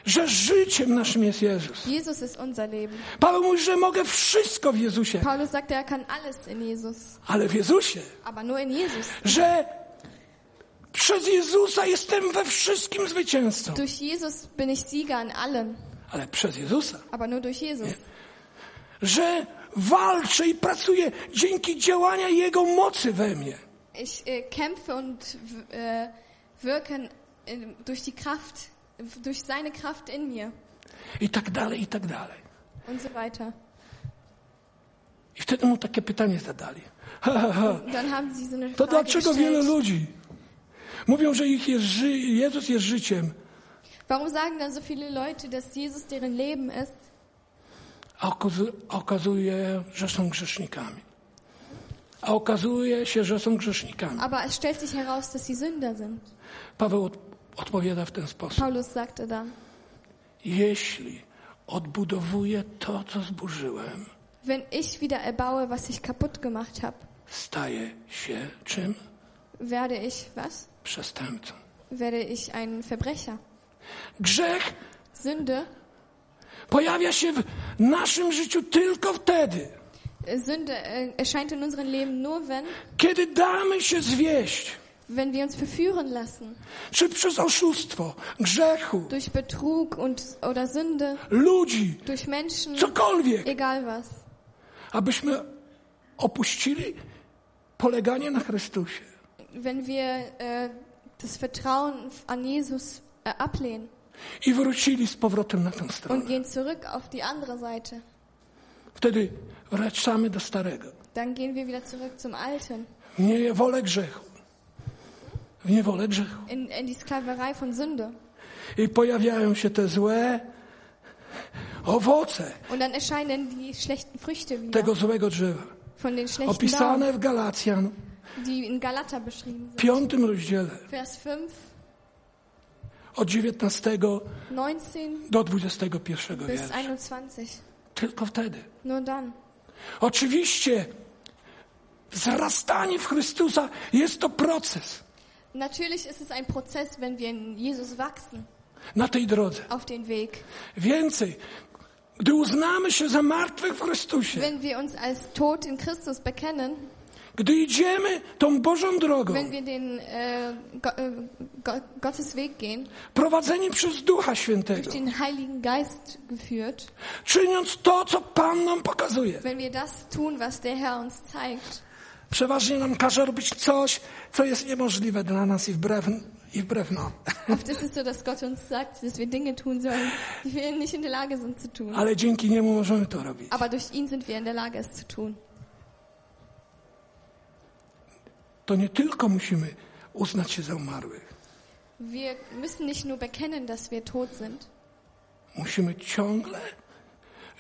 Speaker 2: że życiem naszym jest Jezus.
Speaker 3: Jesus ist unser Leben.
Speaker 2: Paweł mówi, że mogę wszystko w Jezusie,
Speaker 3: Paulus sagte, er kann alles in Jesus,
Speaker 2: ale w Jezusie.
Speaker 3: aber nur in Jesus.
Speaker 2: Że przez Jezusa jestem we wszystkim zwycięzcą.
Speaker 3: Durch Jesus bin ich Sieger in allem,
Speaker 2: Ale przez Jezusa.
Speaker 3: aber nur durch Jesus.
Speaker 2: Że walczę i pracuję dzięki działania Jego mocy we mnie.
Speaker 3: Ich äh, kämpfe und w- äh, wirke äh, durch die Kraft, durch seine Kraft in mir
Speaker 2: I tak dalej, i tak dalej.
Speaker 3: und so weiter.
Speaker 2: I wtedy mu takie pytanie zadali. Ha, ha, ha.
Speaker 3: Und dann haben sie so eine
Speaker 2: To
Speaker 3: Frage
Speaker 2: dlaczego wielu
Speaker 3: gestellt.
Speaker 2: ludzi mówią, że ich jest ży- Jezus jest życiem,
Speaker 3: Warum sagen dann so viele Leute, dass Jesus deren Leben ist,
Speaker 2: a okazu- a okazuje, że są grzesznikami. A okazuje się, że są grzesznikami.
Speaker 3: aber es stellt sich heraus, dass sie Sünder sind?
Speaker 2: Paweł od, odpowiada w ten sposób.
Speaker 3: Paulus sagte dann,
Speaker 2: Jeśli odbudowuję to, co zburzyłem,
Speaker 3: wenn ich wieder erbaue, was ich kaputt gemacht habe,
Speaker 2: staję się czym?
Speaker 3: werde ich was?
Speaker 2: Przestępcą.
Speaker 3: Werde ich ein Verbrecher?
Speaker 2: Grzech
Speaker 3: Sünde,
Speaker 2: pojawia się w naszym życiu tylko wtedy,
Speaker 3: äh, Sünde äh, erscheint in unserem Leben nur, wenn,
Speaker 2: kiedy damy się zwieść.
Speaker 3: wenn wir uns verführen lassen
Speaker 2: Czy przez oszustwo, grzechu,
Speaker 3: durch Betrug und oder Sünde,
Speaker 2: ludzi,
Speaker 3: durch Menschen,
Speaker 2: cokolwiek,
Speaker 3: egal was,
Speaker 2: abyśmy opuścili poleganie na Chrystusie.
Speaker 3: wenn wir äh, das Vertrauen an Jesus äh, ablehnen
Speaker 2: I wrócili z powrotem na tę
Speaker 3: und
Speaker 2: stronę.
Speaker 3: gehen zurück auf die andere Seite,
Speaker 2: Wtedy wracamy do starego.
Speaker 3: dann gehen wir wieder zurück zum Alten,
Speaker 2: W niewolę grzechu. W niewolę grzechu.
Speaker 3: in, in die Sklaverei von Sünde.
Speaker 2: I pojawiają się te złe owoce
Speaker 3: Und dann erscheinen die schlechten Früchte wieder
Speaker 2: tego złego drzewa.
Speaker 3: von den schlechten Daumen,
Speaker 2: Opisane w Galacjan,
Speaker 3: die in Galater beschrieben sind.
Speaker 2: piątym rozdziale,
Speaker 3: Vers 5,
Speaker 2: od 19
Speaker 3: 19
Speaker 2: do 21
Speaker 3: bis
Speaker 2: wiersza.
Speaker 3: 21.
Speaker 2: Tylko wtedy.
Speaker 3: Nur dann.
Speaker 2: Oczywiście wzrastanie w Chrystusa jest to proces
Speaker 3: Natürlich ist es ein Prozess, wenn wir in Jesus wachsen
Speaker 2: na tej drodze.
Speaker 3: auf den Weg.
Speaker 2: Więcej, gdy uznamy się za martwych w Chrystusie,
Speaker 3: Wenn wir uns als tot in Christus bekennen,
Speaker 2: gdy idziemy tą Bożą drogą,
Speaker 3: wenn wir den äh, Go äh, Go Gottes Weg gehen,
Speaker 2: prowadzeni przez Ducha
Speaker 3: durch
Speaker 2: Świętego,
Speaker 3: den Heiligen Geist geführt,
Speaker 2: czyniąc to, co Pan nam pokazuje.
Speaker 3: wenn wir das tun, was der Herr uns zeigt,
Speaker 2: Przeważnie nam każe robić coś, co jest niemożliwe dla nas i wbrew i wbrew nam.
Speaker 3: Oft ist es so, dass Gott uns sagt, dass wir Dinge tun sollen, die wir nicht in der Lage sind zu tun.
Speaker 2: Ale dzięki niemu możemy to robić.
Speaker 3: Aber durch ihn sind wir in der Lage, es zu tun.
Speaker 2: To nie tylko musimy uznać się za umarłych.
Speaker 3: Wir müssen nicht nur bekennen, dass wir tot sind.
Speaker 2: Musimy ciągle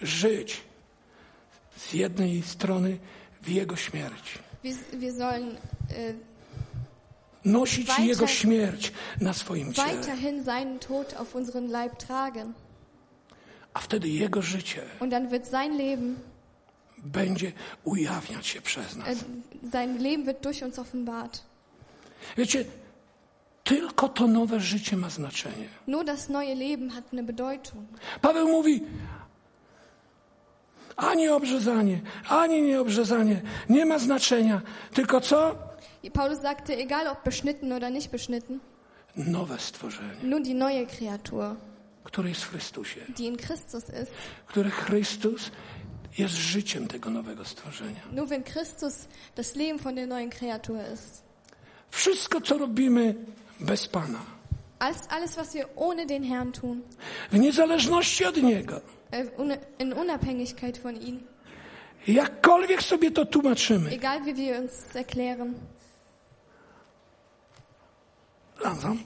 Speaker 2: żyć z jednej strony w Jego śmierci.
Speaker 3: Wir, wir sollen äh,
Speaker 2: Nosić
Speaker 3: Weiter-
Speaker 2: Jego śmierć na swoim ciele.
Speaker 3: weiterhin seinen Tod auf unseren Leib tragen.
Speaker 2: A wtedy Jego życie
Speaker 3: Und dann wird sein Leben,
Speaker 2: będzie ujawniać się przez
Speaker 3: äh,
Speaker 2: nas.
Speaker 3: sein Leben wird durch uns offenbart.
Speaker 2: Wiecie, tylko to nowe życie ma znaczenie.
Speaker 3: Nur das neue Leben hat eine Bedeutung.
Speaker 2: Paweł mówi, ani obrzezanie, ani nieobrzezanie nie ma znaczenia, tylko co?
Speaker 3: Paulus sagte, egal ob beschnitten oder nicht beschnitten,
Speaker 2: Nowe stworzenie,
Speaker 3: nur die neue Kreatur,
Speaker 2: które jest w Chrystusie,
Speaker 3: die in Christus ist.
Speaker 2: które Chrystus jest życiem tego nowego stworzenia.
Speaker 3: Nur wenn Christus das Leben von der neuen Kreatur ist.
Speaker 2: Wszystko, co robimy bez Pana,
Speaker 3: Als alles, was wir ohne den Herrn tun,
Speaker 2: w niezależności od Niego,
Speaker 3: äh, ohne- in Unabhängigkeit von ihm,
Speaker 2: jakkolwiek sobie to tłumaczymy,
Speaker 3: egal wie wir uns erklären,
Speaker 2: Langsam.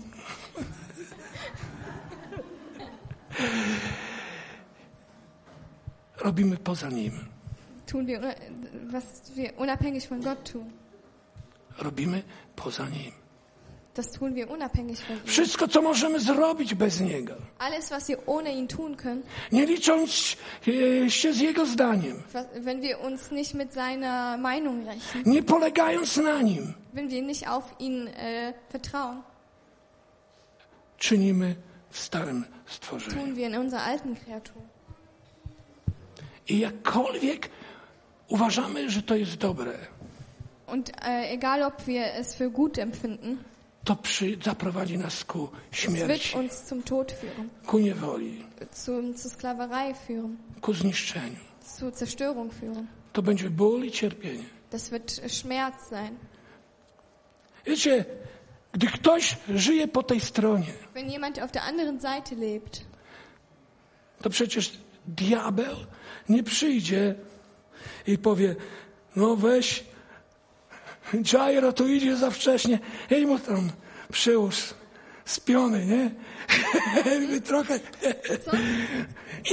Speaker 2: Robimy poza nim.
Speaker 3: tun wir, una- was wir unabhängig von Gott tun.
Speaker 2: Robimy poza nim.
Speaker 3: Das tun wir unabhängig von ihm.
Speaker 2: Wszystko, co możemy zrobić bez niego,
Speaker 3: Alles, was wir ohne ihn tun können,
Speaker 2: nie licząc e, się z jego zdaniem,
Speaker 3: was, wenn wir uns nicht mit seiner Meinung rechnen,
Speaker 2: nie polegając na nim,
Speaker 3: wenn wir nicht auf ihn äh, vertrauen,
Speaker 2: czynimy w starym stworzeniu.
Speaker 3: tun wir in unserer alten Kreatur.
Speaker 2: I jakkolwiek uważamy, że to jest dobre,
Speaker 3: Und äh, egal, ob wir es für gut empfinden,
Speaker 2: to przy, zaprowadzi nas ku
Speaker 3: es wird
Speaker 2: śmierci,
Speaker 3: uns zum Tod führen,
Speaker 2: ku niewoli,
Speaker 3: zu, zu Sklaverei führen,
Speaker 2: ku zniszczeniu.
Speaker 3: zu Zerstörung führen.
Speaker 2: To będzie ból i cierpienie.
Speaker 3: Das wird äh, Schmerz sein.
Speaker 2: Wiecie, gdy ktoś żyje po tej stronie,
Speaker 3: Wenn jemand auf der anderen Seite lebt,
Speaker 2: to przecież diabeł nie przyjdzie i powie, no weź, Jairo tu idzie za wcześnie, hej mu tam przyłóż z piony, nie? Jakby Trochę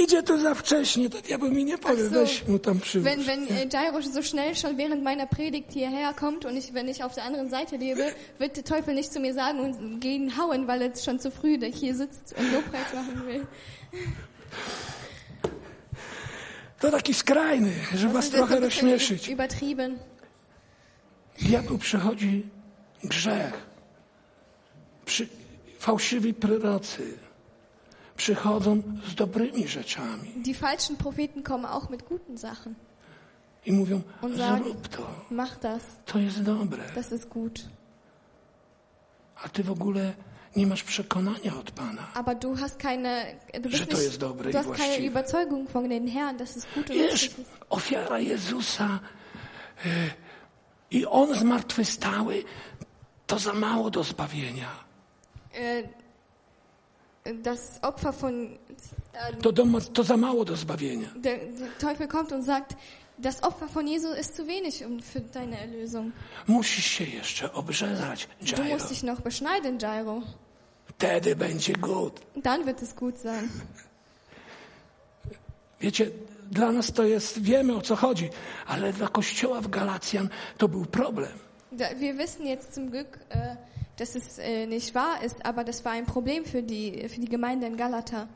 Speaker 2: idzie tu za wcześnie, to diabeł mi nie powie,
Speaker 3: Ach so.
Speaker 2: weź mu tam przyłóż.
Speaker 3: wenn, wenn äh, Jairo so schnell schon während meiner Predigt hierher kommt und ich, wenn ich auf der anderen Seite lebe, wird der Teufel nicht zu mir sagen und gegen hauen, weil er jetzt schon zu früh hier sitzt und Lobpreis machen will.
Speaker 2: To taki skrajny, żeby was
Speaker 3: Das ist jetzt so
Speaker 2: trochę
Speaker 3: ein bisschen
Speaker 2: rozśmieszyć.
Speaker 3: ü- übertrieben.
Speaker 2: Diabeł przychodzi grzech, przy, fałszywi prorocy przychodzą z dobrymi rzeczami
Speaker 3: Die falschen Propheten kommen auch mit guten Sachen.
Speaker 2: i mówią,
Speaker 3: On sagen-
Speaker 2: zrób to,
Speaker 3: Mach das,
Speaker 2: to jest dobre.
Speaker 3: das ist gut.
Speaker 2: A ty w ogóle nie masz przekonania od Pana.
Speaker 3: Aber du hast keine, du
Speaker 2: Że
Speaker 3: bist
Speaker 2: to jest
Speaker 3: nicht,
Speaker 2: dobre i
Speaker 3: du hast
Speaker 2: właściwe.
Speaker 3: keine Überzeugung von den Herrn, dass es gut und
Speaker 2: Wiesz,
Speaker 3: richtig ist.
Speaker 2: ofiara Jezusa e, i On zmartwychwstały, to za mało do zbawienia.
Speaker 3: Äh, Das Opfer von, äh,
Speaker 2: To, do, to za mało do zbawienia.
Speaker 3: der, der Teufel kommt und sagt, das Opfer von Jesu ist zu wenig um- für deine Erlösung.
Speaker 2: Musisz się jeszcze obrzezać,
Speaker 3: Du
Speaker 2: Jairo.
Speaker 3: musst dich noch beschneiden, Jairo.
Speaker 2: Wtedy będzie gut.
Speaker 3: Dann wird es gut sein.
Speaker 2: Wiecie, dla nas to jest, wiemy o co chodzi, ale dla kościoła w Galacjan to był problem.
Speaker 3: Da, wir wissen jetzt zum Glück, äh, dass es äh, nicht wahr ist, aber das war ein Problem für die, für die Gemeinde in Galata.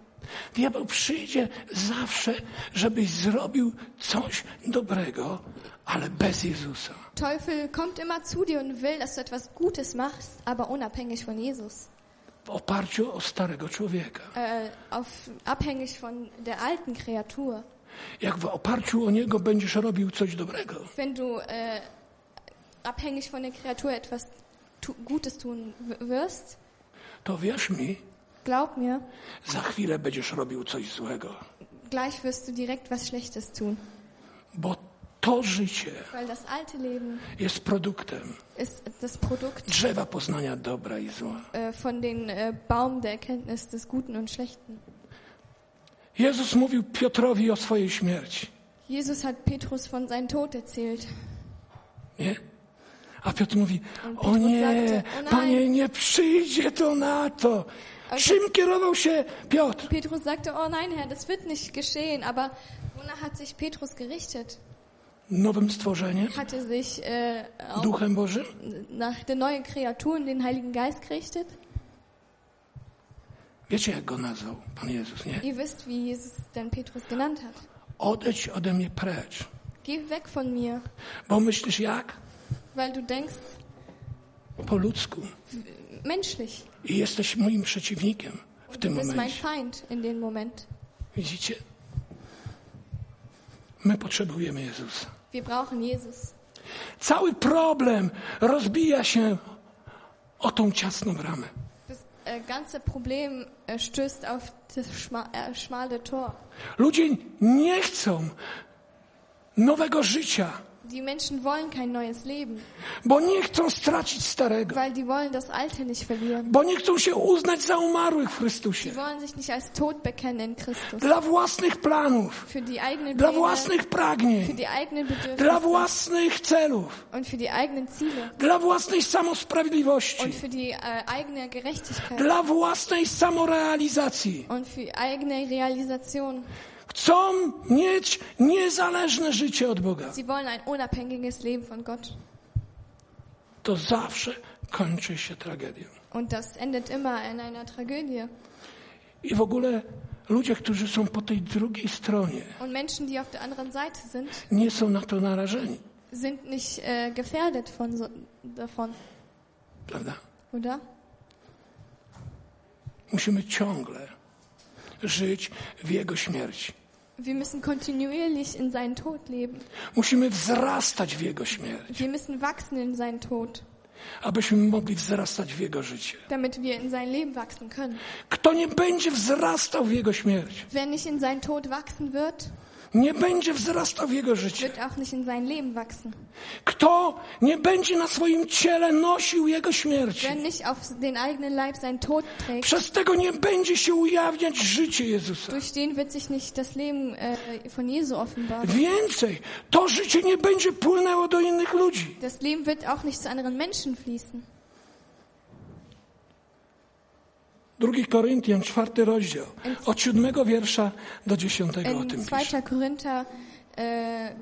Speaker 2: Diabeł przyjdzie zawsze, żebyś zrobił coś dobrego, ale bez Jezusa.
Speaker 3: Teufel kommt immer zu dir und will, dass du etwas Gutes machst, aber unabhängig von Jesus.
Speaker 2: W oparciu o starego człowieka.
Speaker 3: Äh, auf, abhängig von der alten Kreatur.
Speaker 2: Jak w oparciu o niego będziesz robił coś dobrego,
Speaker 3: Wenn du äh, abhängig von der Kreatur etwas tu Gutes tun w- wirst,
Speaker 2: to wierz mi,
Speaker 3: glaub mir,
Speaker 2: za chwilę będziesz robił coś złego.
Speaker 3: gleich wirst du direkt was Schlechtes tun.
Speaker 2: Bo To życie
Speaker 3: Weil das alte Leben
Speaker 2: jest produktem
Speaker 3: ist das Produkt
Speaker 2: drzewa poznania dobra i zła.
Speaker 3: äh, von den äh, Baum der Erkenntnis des Guten und Schlechten.
Speaker 2: Jezus mówił Piotrowi o swojej śmierci.
Speaker 3: Jesus hat Petrus von seinem Tod erzählt.
Speaker 2: Nie? A Piotr mówi,
Speaker 3: Piotr
Speaker 2: o nie,
Speaker 3: sagte, o nein.
Speaker 2: panie, nie przyjdzie to na to. Czym kierował się Piotr?
Speaker 3: Petrus sagte, oh nein, Herr, das wird nicht geschehen. Aber wonach hat sich Petrus gerichtet?
Speaker 2: Nowym stworzeniem?
Speaker 3: Hat er sich äh, auf,
Speaker 2: Duchem Bożym?
Speaker 3: nach der neuen Kreatur und den Heiligen Geist gerichtet?
Speaker 2: Wiecie, jak go nazwał Pan Jezus, nie?
Speaker 3: Ihr wisst, wie Jesus denn Petrus genannt hat.
Speaker 2: Odejdź ode mnie precz.
Speaker 3: Geh weg von mir,
Speaker 2: Bo myślisz jak?
Speaker 3: weil du denkst
Speaker 2: Po ludzku.
Speaker 3: menschlich.
Speaker 2: I jesteś moim przeciwnikiem w
Speaker 3: Du
Speaker 2: tym
Speaker 3: bist mein
Speaker 2: momencie.
Speaker 3: Feind in dem Moment.
Speaker 2: Widzicie? My potrzebujemy Jezusa.
Speaker 3: Wir brauchen Jesus.
Speaker 2: Cały problem rozbija się o tą ciasną ramę.
Speaker 3: Das äh, ganze Problem äh, stößt auf das schma äh, schmale Tor.
Speaker 2: Ludzie nie chcą nowego życia,
Speaker 3: Die Menschen wollen kein neues Leben,
Speaker 2: bo nie chcą stracić starego,
Speaker 3: weil die wollen das Alte nicht verlieren.
Speaker 2: bo nie chcą się uznać za umarłych w Chrystusie.
Speaker 3: Die wollen sich nicht als tot bekennen in Christus.
Speaker 2: Dla własnych planów,
Speaker 3: Für die eigenen
Speaker 2: dla
Speaker 3: Pläne,
Speaker 2: własnych
Speaker 3: für
Speaker 2: pragnień,
Speaker 3: die eigenen
Speaker 2: dla
Speaker 3: Bedürfnisse
Speaker 2: własnych celów,
Speaker 3: und für die eigenen Ziele
Speaker 2: dla własnej
Speaker 3: und
Speaker 2: samosprawiedliwości,
Speaker 3: für die äh, eigene Gerechtigkeit
Speaker 2: dla własnej samorealizacji.
Speaker 3: und für die eigene Realisation.
Speaker 2: Chcą mieć niezależne życie od Boga.
Speaker 3: Sie wollen ein unabhängiges Leben von Gott.
Speaker 2: To zawsze kończy się tragedią.
Speaker 3: Und das endet immer in einer Tragödie.
Speaker 2: I w ogóle ludzie, którzy są po tej drugiej stronie,
Speaker 3: Und Menschen, die auf der anderen Seite sind,
Speaker 2: nie są na to narażeni,
Speaker 3: sind nicht äh, gefährdet von so, davon,
Speaker 2: prawda?
Speaker 3: oder?
Speaker 2: Musimy ciągle żyć w Jego śmierci.
Speaker 3: Wir müssen kontinuierlich in seinen Tod leben.
Speaker 2: Musimy wzrastać w Jego śmierci,
Speaker 3: Wir müssen wachsen in seinen Tod,
Speaker 2: abyśmy mogli wzrastać w Jego życie.
Speaker 3: damit wir in sein Leben wachsen können.
Speaker 2: Kto nie będzie wzrastał w Jego śmierci,
Speaker 3: Wer nicht in seinen Tod wachsen wird,
Speaker 2: nie będzie wzrastał w Jego życie.
Speaker 3: wird auch nicht in sein Leben wachsen.
Speaker 2: Kto nie będzie na swoim ciele nosił Jego śmierci,
Speaker 3: Wer nicht auf den eigenen Leib seinen Tod trägt,
Speaker 2: przez tego nie będzie się ujawniać życie Jezusa.
Speaker 3: durch den wird sich nicht das Leben äh, von Jesu offenbaren.
Speaker 2: Więcej, to życie nie będzie płynęło do innych ludzi.
Speaker 3: Das Leben wird auch nicht zu anderen Menschen fließen.
Speaker 2: 2 Koryntian, czwarty rozdział, od siódmego wiersza do dziesiątego o
Speaker 3: In
Speaker 2: tym pisze.
Speaker 3: 2. Korinther, äh,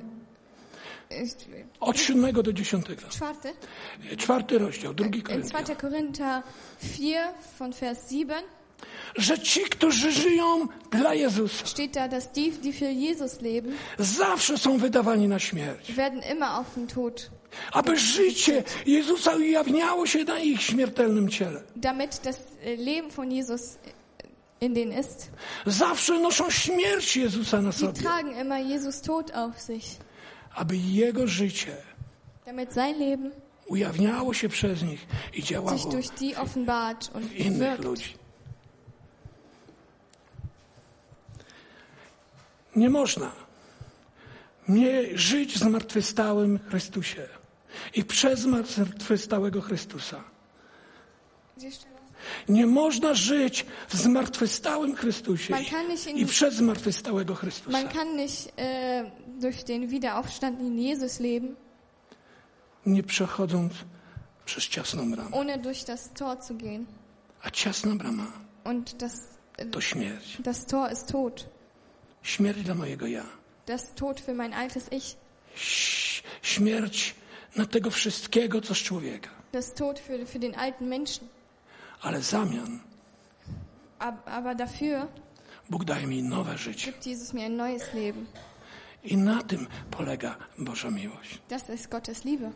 Speaker 3: ich-
Speaker 2: Od siódmego do dziesiątego.
Speaker 3: Schwarte?
Speaker 2: Czwarty rozdział, drugi
Speaker 3: In
Speaker 2: Koryntian.
Speaker 3: 2. Korinther 4 von Vers 7
Speaker 2: Że ci, którzy żyją dla Jezusa,
Speaker 3: steht da, dass die, die für Jesus leben,
Speaker 2: zawsze są wydawani na śmierć.
Speaker 3: werden immer auf den Tod,
Speaker 2: Aby życie Jezusa ujawniało się na ich śmiertelnym ciele.
Speaker 3: damit das äh, Leben von Jesus in denen ist.
Speaker 2: Zawsze noszą śmierć Jezusa na
Speaker 3: Die
Speaker 2: sobie.
Speaker 3: tragen immer Jesus Tod auf sich,
Speaker 2: Aby Jego życie
Speaker 3: damit sein Leben
Speaker 2: ujawniało się przez nich i
Speaker 3: sich
Speaker 2: działało
Speaker 3: durch die offenbart und
Speaker 2: innych
Speaker 3: wirkt.
Speaker 2: ludzi. Nie można nie żyć w zmartwychwstałym Chrystusie i przez zmartwychwstałego Chrystusa. Nie można żyć w zmartwychwstałym Chrystusie
Speaker 3: Man kann nicht in-
Speaker 2: i przez zmartwychwstałego Chrystusa.
Speaker 3: Man kann nicht äh, durch den Wiederaufstandenen Jesus leben,
Speaker 2: Nie przechodząc przez ciasną bramę.
Speaker 3: ohne durch das Tor zu gehen.
Speaker 2: A ciasna brama
Speaker 3: Und das, äh,
Speaker 2: to śmierć.
Speaker 3: das Tor ist Tod.
Speaker 2: Śmierć dla mojego ja.
Speaker 3: Das Tod für mein altes Ich.
Speaker 2: Ś- Śmierć na tego wszystkiego, co z człowieka.
Speaker 3: Das Tod für, für den alten Menschen.
Speaker 2: Ale w zamian
Speaker 3: Ab- Aber dafür
Speaker 2: Bóg daje mi nowe życie.
Speaker 3: gibt Jesus mir ein neues Leben.
Speaker 2: I na tym polega Boża miłość.
Speaker 3: Das ist Gottes Liebe.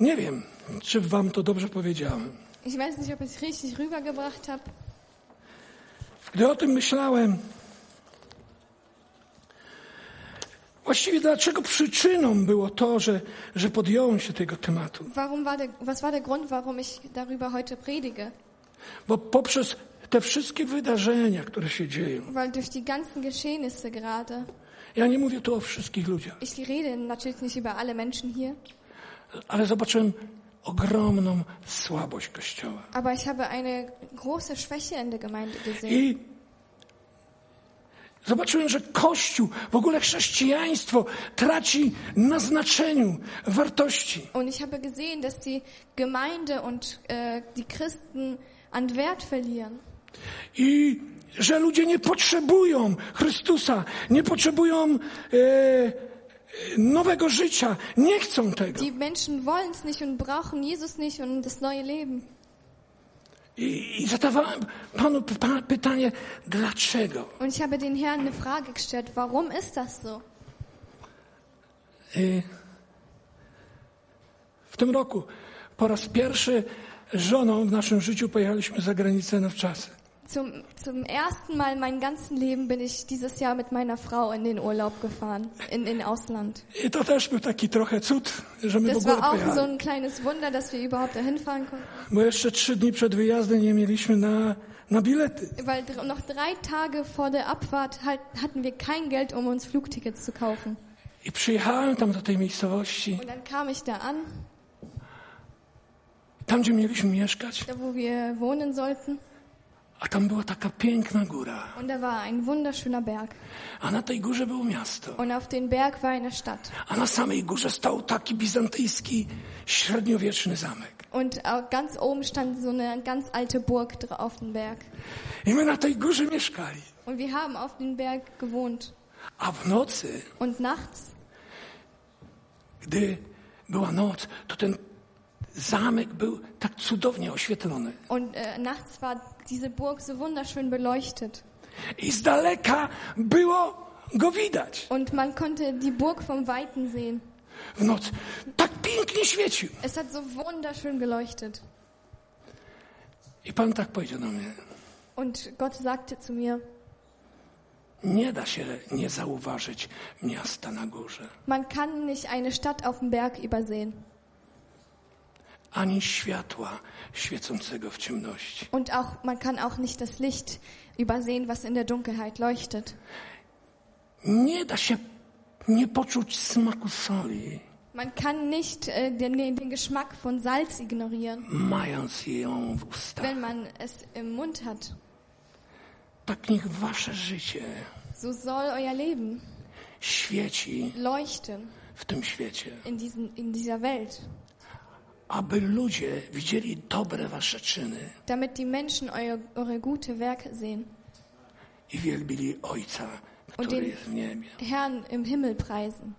Speaker 2: Nie wiem, czy wam to dobrze powiedziałem.
Speaker 3: Ich weiß nicht, ob ich es richtig rübergebracht habe.
Speaker 2: Gdy o tym myślałem, właściwie dlaczego przyczyną było to, że, że podjąłem się tego tematu?
Speaker 3: Warum war der, was war der Grund, warum ich darüber heute predige?
Speaker 2: Bo poprzez te wszystkie wydarzenia, które się dzieją.
Speaker 3: weil durch die ganzen Geschehnisse gerade,
Speaker 2: Ja nie mówię tu o wszystkich ludziach,
Speaker 3: ich rede natürlich nicht über alle Menschen hier,
Speaker 2: ale zobaczyłem ogromną słabość Kościoła.
Speaker 3: aber ich habe eine große Schwäche in der Gemeinde gesehen.
Speaker 2: I zobaczyłem, że Kościół, w ogóle chrześcijaństwo traci na znaczeniu wartości.
Speaker 3: Und ich habe gesehen, dass die Gemeinde und äh, die Christen an Wert verlieren.
Speaker 2: I że ludzie nie potrzebują Chrystusa, nie potrzebują e, e, nowego życia, nie chcą tego.
Speaker 3: Die Menschen wollen es nicht und brauchen Jesus nicht und das neue Leben.
Speaker 2: I, i zadawałem panu py- pytanie, dlaczego?
Speaker 3: Und ich habe den Herrn eine Frage gestellt, warum ist das so?
Speaker 2: Y, W tym roku po raz pierwszy z żoną w naszym życiu pojechaliśmy za granicę na wczasy.
Speaker 3: Zum, zum ersten Mal in meinem ganzen Leben bin ich dieses Jahr mit meiner Frau in den Urlaub gefahren, in in Ausland.
Speaker 2: I to też był taki trochę cud, że my w
Speaker 3: Das
Speaker 2: ogóle
Speaker 3: war auch so
Speaker 2: pojechali.
Speaker 3: ein kleines Wunder, dass wir überhaupt dahin fahren konnten.
Speaker 2: Bo jeszcze trzy dni przed wyjazdem nie mieliśmy na, na bilety.
Speaker 3: Weil dr- noch drei Tage vor der Abfahrt halt, hatten wir kein Geld, um uns Flugtickets zu kaufen.
Speaker 2: I przyjechałem tam do tej miejscowości,
Speaker 3: Und dann kam ich da an,
Speaker 2: tam gdzie mieliśmy mieszkać,
Speaker 3: da wo wir wohnen sollten.
Speaker 2: a tam była taka piękna góra.
Speaker 3: Und da war ein wunderschöner Berg.
Speaker 2: A na tej górze było miasto.
Speaker 3: Und auf dem Berg war eine Stadt.
Speaker 2: A na samej górze stał taki bizantyjski, średniowieczny zamek.
Speaker 3: Und äh, ganz oben stand so eine ganz alte Burg dra- auf dem Berg.
Speaker 2: I my na tej górze mieszkali.
Speaker 3: Und wir haben auf dem Berg gewohnt.
Speaker 2: A w nocy,
Speaker 3: Und nachts,
Speaker 2: gdy była noc, to ten zamek był tak cudownie oświetlony.
Speaker 3: und äh, nachts war diese Burg so wunderschön beleuchtet.
Speaker 2: I z daleka było go widać.
Speaker 3: Und man konnte die Burg vom Weiten sehen.
Speaker 2: W nocy tak pięknie świecił.
Speaker 3: Es hat so wunderschön geleuchtet.
Speaker 2: I Pan tak powiedział do mnie,
Speaker 3: Und Gott sagte zu mir,
Speaker 2: nie da się nie zauważyć miasta na górze,
Speaker 3: man kann nicht eine Stadt auf dem Berg übersehen.
Speaker 2: ani światła świecącego w ciemności.
Speaker 3: Und auch, man kann auch nicht das Licht übersehen, was in der Dunkelheit leuchtet.
Speaker 2: Nie da się nie poczuć smaku soli,
Speaker 3: Man kann nicht äh, den, den Geschmack von Salz ignorieren,
Speaker 2: mając ją w ustach.
Speaker 3: wenn man es im Mund hat.
Speaker 2: Tak niech wasze życie
Speaker 3: So soll euer Leben
Speaker 2: świeci
Speaker 3: leuchten
Speaker 2: w tym świecie,
Speaker 3: in, diesen, in dieser Welt,
Speaker 2: aby ludzie widzieli dobre wasze czyny
Speaker 3: damit die Menschen eure, eure gute Werke sehen,
Speaker 2: i wielbili Ojca, który jest w niebie.
Speaker 3: Herrn im Himmel preisen.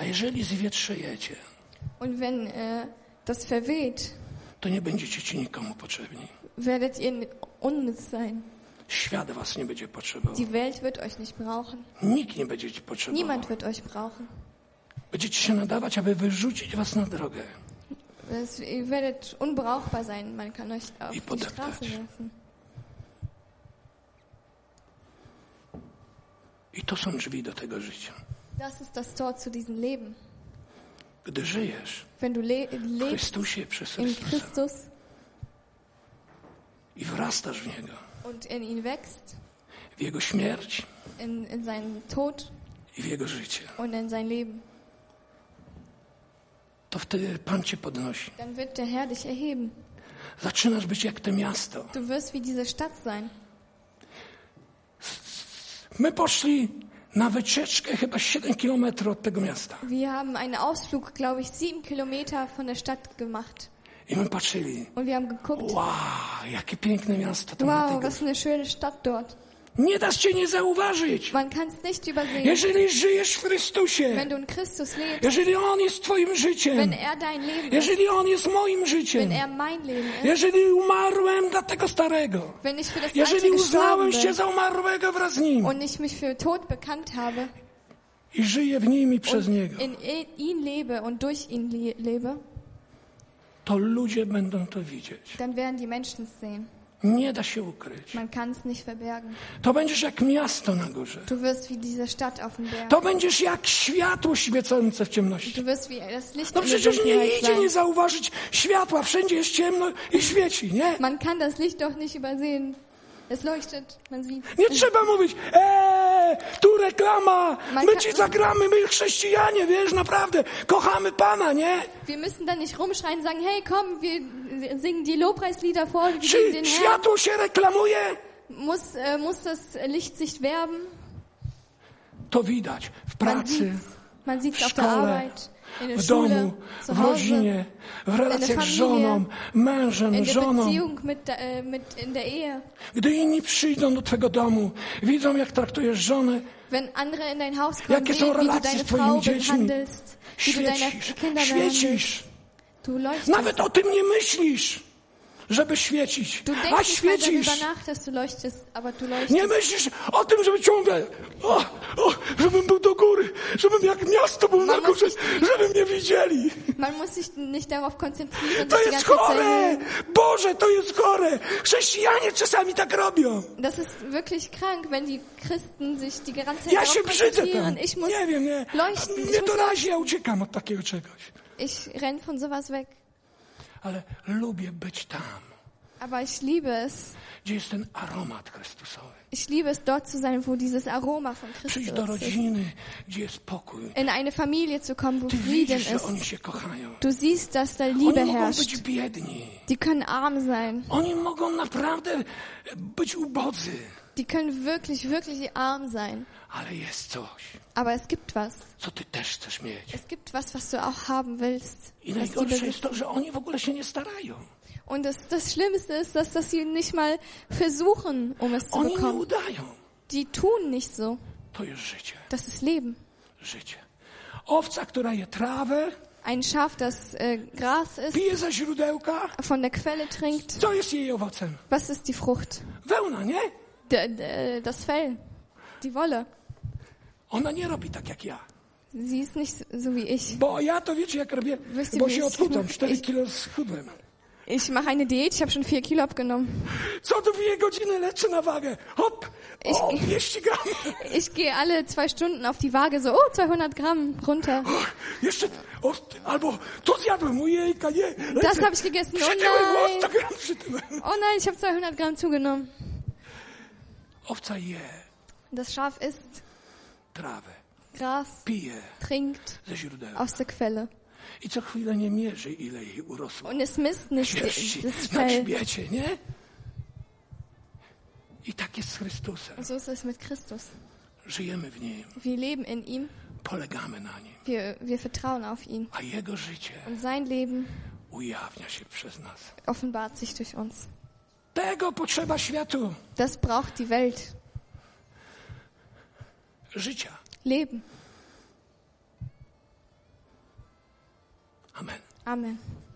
Speaker 2: A jeżeli zwietrzejecie,
Speaker 3: Und wenn äh, das verweht,
Speaker 2: to nie będziecie ci nikomu potrzebni.
Speaker 3: werdet ihr unnütz sein.
Speaker 2: Świat was nie będzie potrzebował.
Speaker 3: Die Welt wird euch nicht brauchen.
Speaker 2: Nikt nie będzie ci potrzebował.
Speaker 3: Niemand wird euch brauchen.
Speaker 2: Będziecie się nadawać, aby wyrzucić was na drogę.
Speaker 3: Es, ihr werdet unbrauchbar sein. Man kann euch auf
Speaker 2: Ich
Speaker 3: die
Speaker 2: bedauere
Speaker 3: Straße
Speaker 2: das.
Speaker 3: werfen.
Speaker 2: I to są drzwi do tego życia.
Speaker 3: Das ist das Tor zu diesem Leben.
Speaker 2: Gdy żyjesz
Speaker 3: Wenn du le
Speaker 2: w
Speaker 3: lebst
Speaker 2: Chrystusie przez
Speaker 3: in
Speaker 2: Chrystusa
Speaker 3: Christus
Speaker 2: i wrastasz w Niego,
Speaker 3: und in ihn wächst,
Speaker 2: w Jego śmierć
Speaker 3: in, in seinen Tod
Speaker 2: i w Jego życie,
Speaker 3: und in sein Leben,
Speaker 2: to wtedy Pan cię podnosi.
Speaker 3: dann wird der Herr dich erheben.
Speaker 2: Zaczynasz być jak to miasto.
Speaker 3: Du wirst wie diese Stadt sein.
Speaker 2: My poszli na wycieczkę chyba 7 kilometrów od tego miasta.
Speaker 3: Wir haben einen Ausflug, glaube ich, sieben Kilometer von der Stadt gemacht.
Speaker 2: I my patrzyli.
Speaker 3: Und wir haben geguckt,
Speaker 2: Wow, jakie piękne miasto tam na
Speaker 3: wow,
Speaker 2: tego.
Speaker 3: was für eine schöne Stadt dort.
Speaker 2: Nie da się nie zauważyć.
Speaker 3: Man kann es nicht übersehen.
Speaker 2: Jeżeli żyjesz w Chrystusie,
Speaker 3: Wenn du in Christus lebst,
Speaker 2: jeżeli On jest Twoim
Speaker 3: wenn
Speaker 2: życiem,
Speaker 3: er dein Leben ist,
Speaker 2: jeżeli On jest moim
Speaker 3: wenn
Speaker 2: życiem,
Speaker 3: er mein Leben ist,
Speaker 2: jeżeli umarłem dla tego starego,
Speaker 3: wenn ich für das Alte
Speaker 2: jeżeli
Speaker 3: gestorben
Speaker 2: uznałem się
Speaker 3: bin
Speaker 2: za umarłego wraz z Nim
Speaker 3: und ich mich für tot bekannt habe
Speaker 2: i żyję w Nim i przez
Speaker 3: und
Speaker 2: Niego,
Speaker 3: in e- ihn lebe und durch ihn le- lebe,
Speaker 2: to ludzie będą to widzieć.
Speaker 3: dann werden die Menschen es sehen.
Speaker 2: Nie da się ukryć.
Speaker 3: Man kann es nicht verbergen.
Speaker 2: To będziesz jak miasto na górze.
Speaker 3: Du wirst wie diese Stadt auf dem Berg.
Speaker 2: To będziesz jak światło świecące w ciemności.
Speaker 3: Du wirst wie das Licht
Speaker 2: No
Speaker 3: in der
Speaker 2: przecież nie
Speaker 3: Dunkelheit
Speaker 2: idzie nie
Speaker 3: sein.
Speaker 2: zauważyć światła, wszędzie jest ciemno i świeci, nie?
Speaker 3: Man kann das Licht doch nicht übersehen. Es leuchtet, man sieht.
Speaker 2: Nie trzeba mówić, eee, tu reklama,
Speaker 3: Man
Speaker 2: my
Speaker 3: kann-
Speaker 2: ci zagramy, my chrześcijanie, wiesz, naprawdę, kochamy Pana, nie?
Speaker 3: Wir müssen dann nicht rumschreien und sagen, hey komm, wir singen die Lobpreislieder vor, wir singen
Speaker 2: Czy
Speaker 3: den Herrn.
Speaker 2: światło się reklamuje?
Speaker 3: Muss, äh, muss das Licht sich werben?
Speaker 2: To widać w
Speaker 3: Man
Speaker 2: pracy,
Speaker 3: sieht's. Man sieht's
Speaker 2: w
Speaker 3: auf der
Speaker 2: szkole,
Speaker 3: Arbeit, in der
Speaker 2: w
Speaker 3: Schule,
Speaker 2: domu,
Speaker 3: zu
Speaker 2: w
Speaker 3: Hause,
Speaker 2: rodzinie, w relacjach z
Speaker 3: familie,
Speaker 2: żoną, mężem,
Speaker 3: in der
Speaker 2: żoną.
Speaker 3: Beziehung mit, der- äh, mit in der Ehe.
Speaker 2: Gdy inni przyjdą do Twego domu, widzą, jak traktujesz żonę,
Speaker 3: Wenn andere in dein Haus kommen,
Speaker 2: Jakie są
Speaker 3: sehen, wie du
Speaker 2: relacje
Speaker 3: deine
Speaker 2: z twoimi
Speaker 3: Frau
Speaker 2: dziećmi?
Speaker 3: behandelst, wie du deine
Speaker 2: świecisz,
Speaker 3: Kinder behandelst.
Speaker 2: świecisz.
Speaker 3: Du leuchtest.
Speaker 2: Nawet o tym nie myślisz, żeby świecić,
Speaker 3: Du
Speaker 2: a
Speaker 3: denkst nicht mal
Speaker 2: świecisz.
Speaker 3: darüber nach, dass du leuchtest, aber du
Speaker 2: Nie
Speaker 3: leuchtest.
Speaker 2: myślisz o tym, żeby ciągle, o, o, żebym był do góry, żebym jak miasto był na
Speaker 3: Mama,
Speaker 2: górze,
Speaker 3: coś-
Speaker 2: żeby mnie widzieli.
Speaker 3: Man muss sich nicht darauf konzentrieren,
Speaker 2: To
Speaker 3: sich die
Speaker 2: jest
Speaker 3: ganze Zeit
Speaker 2: chore! Boże, to jest chore! Chrześcijanie czasami tak robią.
Speaker 3: Das ist wirklich krank, wenn die Christen sich die ganze Zeit
Speaker 2: Ja
Speaker 3: darauf
Speaker 2: się brzydzę tam.
Speaker 3: konzentrieren. Ich muss
Speaker 2: Nie wiem, nie.
Speaker 3: leuchten. Ich,
Speaker 2: Mnie
Speaker 3: muss
Speaker 2: to
Speaker 3: leuchten.
Speaker 2: razi, ja uciekam od takiego czegoś.
Speaker 3: ich renn von sowas weg.
Speaker 2: Ale lubię być tam,
Speaker 3: Aber ich liebe es.
Speaker 2: gdzie jest ten aromat Chrystusowy.
Speaker 3: Ich liebe es, dort zu sein, wo dieses Aroma von
Speaker 2: Przyjść do
Speaker 3: Christus ist.
Speaker 2: rodziny, gdzie jest pokój.
Speaker 3: In eine Familie zu kommen, wo
Speaker 2: Ty
Speaker 3: Frieden
Speaker 2: widzisz, że oni
Speaker 3: ist.
Speaker 2: się kochają.
Speaker 3: Du siehst, dass da
Speaker 2: Oni
Speaker 3: Liebe
Speaker 2: mogą być
Speaker 3: herrscht.
Speaker 2: biedni.
Speaker 3: Die können arm sein.
Speaker 2: Oni mogą naprawdę być ubodzy.
Speaker 3: Die können wirklich, wirklich arm sein.
Speaker 2: Ale jest coś,
Speaker 3: Aber es gibt was.
Speaker 2: co ty też chcesz mieć.
Speaker 3: Es gibt was, was du auch haben willst.
Speaker 2: I
Speaker 3: was die
Speaker 2: najgorsze
Speaker 3: besitzen.
Speaker 2: jest to, że oni w ogóle się nie starają.
Speaker 3: Und das, das Schlimmste ist, dass, dass sie nicht mal versuchen, um es zu
Speaker 2: Oni nie
Speaker 3: bekommen.
Speaker 2: udają.
Speaker 3: Die tun nicht so.
Speaker 2: To jest życie.
Speaker 3: Das ist Leben.
Speaker 2: Życie. Owca, która je trawę,
Speaker 3: Ein Schaf, das äh, Gras ist,
Speaker 2: pije ze źródełka.
Speaker 3: von der Quelle trinkt.
Speaker 2: Co jest jej owocem?
Speaker 3: Was ist die Frucht?
Speaker 2: Wełna, nie?
Speaker 3: D d das Fell. Die Wolle.
Speaker 2: Ona nie robi tak jak ja.
Speaker 3: Sie ist nicht so wie ich.
Speaker 2: Bo ja to wiecie, jak robię,
Speaker 3: Wyście
Speaker 2: bo się
Speaker 3: byli-
Speaker 2: odchudzam. 4
Speaker 3: Ich-
Speaker 2: kilo schudłem.
Speaker 3: Ich mache eine Diät, ich habe schon vier Kilo abgenommen.
Speaker 2: Co dwie godziny leczę na wagę. Hop! O, 200 gram.
Speaker 3: Ich gehe alle zwei Stunden auf die Waage, so, oh, 200 Gramm runter.
Speaker 2: Jeszcze, o, albo to zjadłem, ujejka, nie. Lecę.
Speaker 3: Das habe ich gegessen, oh
Speaker 2: Przytyłem, o, 100
Speaker 3: nein.
Speaker 2: gram przytyłem.
Speaker 3: Oh nein, ich habe 200 Gramm zugenommen.
Speaker 2: Owca je
Speaker 3: Das Schaf isst
Speaker 2: trawę,
Speaker 3: Gras,
Speaker 2: pije
Speaker 3: trinkt
Speaker 2: ze źródeł.
Speaker 3: aus der Quelle.
Speaker 2: I co chwilę nie mierzy, ile jej urosło.
Speaker 3: Und es misst nicht
Speaker 2: Sierści
Speaker 3: das
Speaker 2: na
Speaker 3: Fell.
Speaker 2: grzbiecie, nie? I tak jest z Chrystusem.
Speaker 3: Und so ist es mit Christus.
Speaker 2: Żyjemy w Nim,
Speaker 3: Wir leben in ihm,
Speaker 2: polegamy na Nim.
Speaker 3: wir, wir vertrauen auf ihn.
Speaker 2: A Jego życie
Speaker 3: Und sein Leben
Speaker 2: ujawnia się przez nas.
Speaker 3: offenbart sich durch uns.
Speaker 2: Tego potrzeba światu.
Speaker 3: Das braucht die Welt.
Speaker 2: Życia.
Speaker 3: Leben.
Speaker 2: Amen.
Speaker 3: Amen.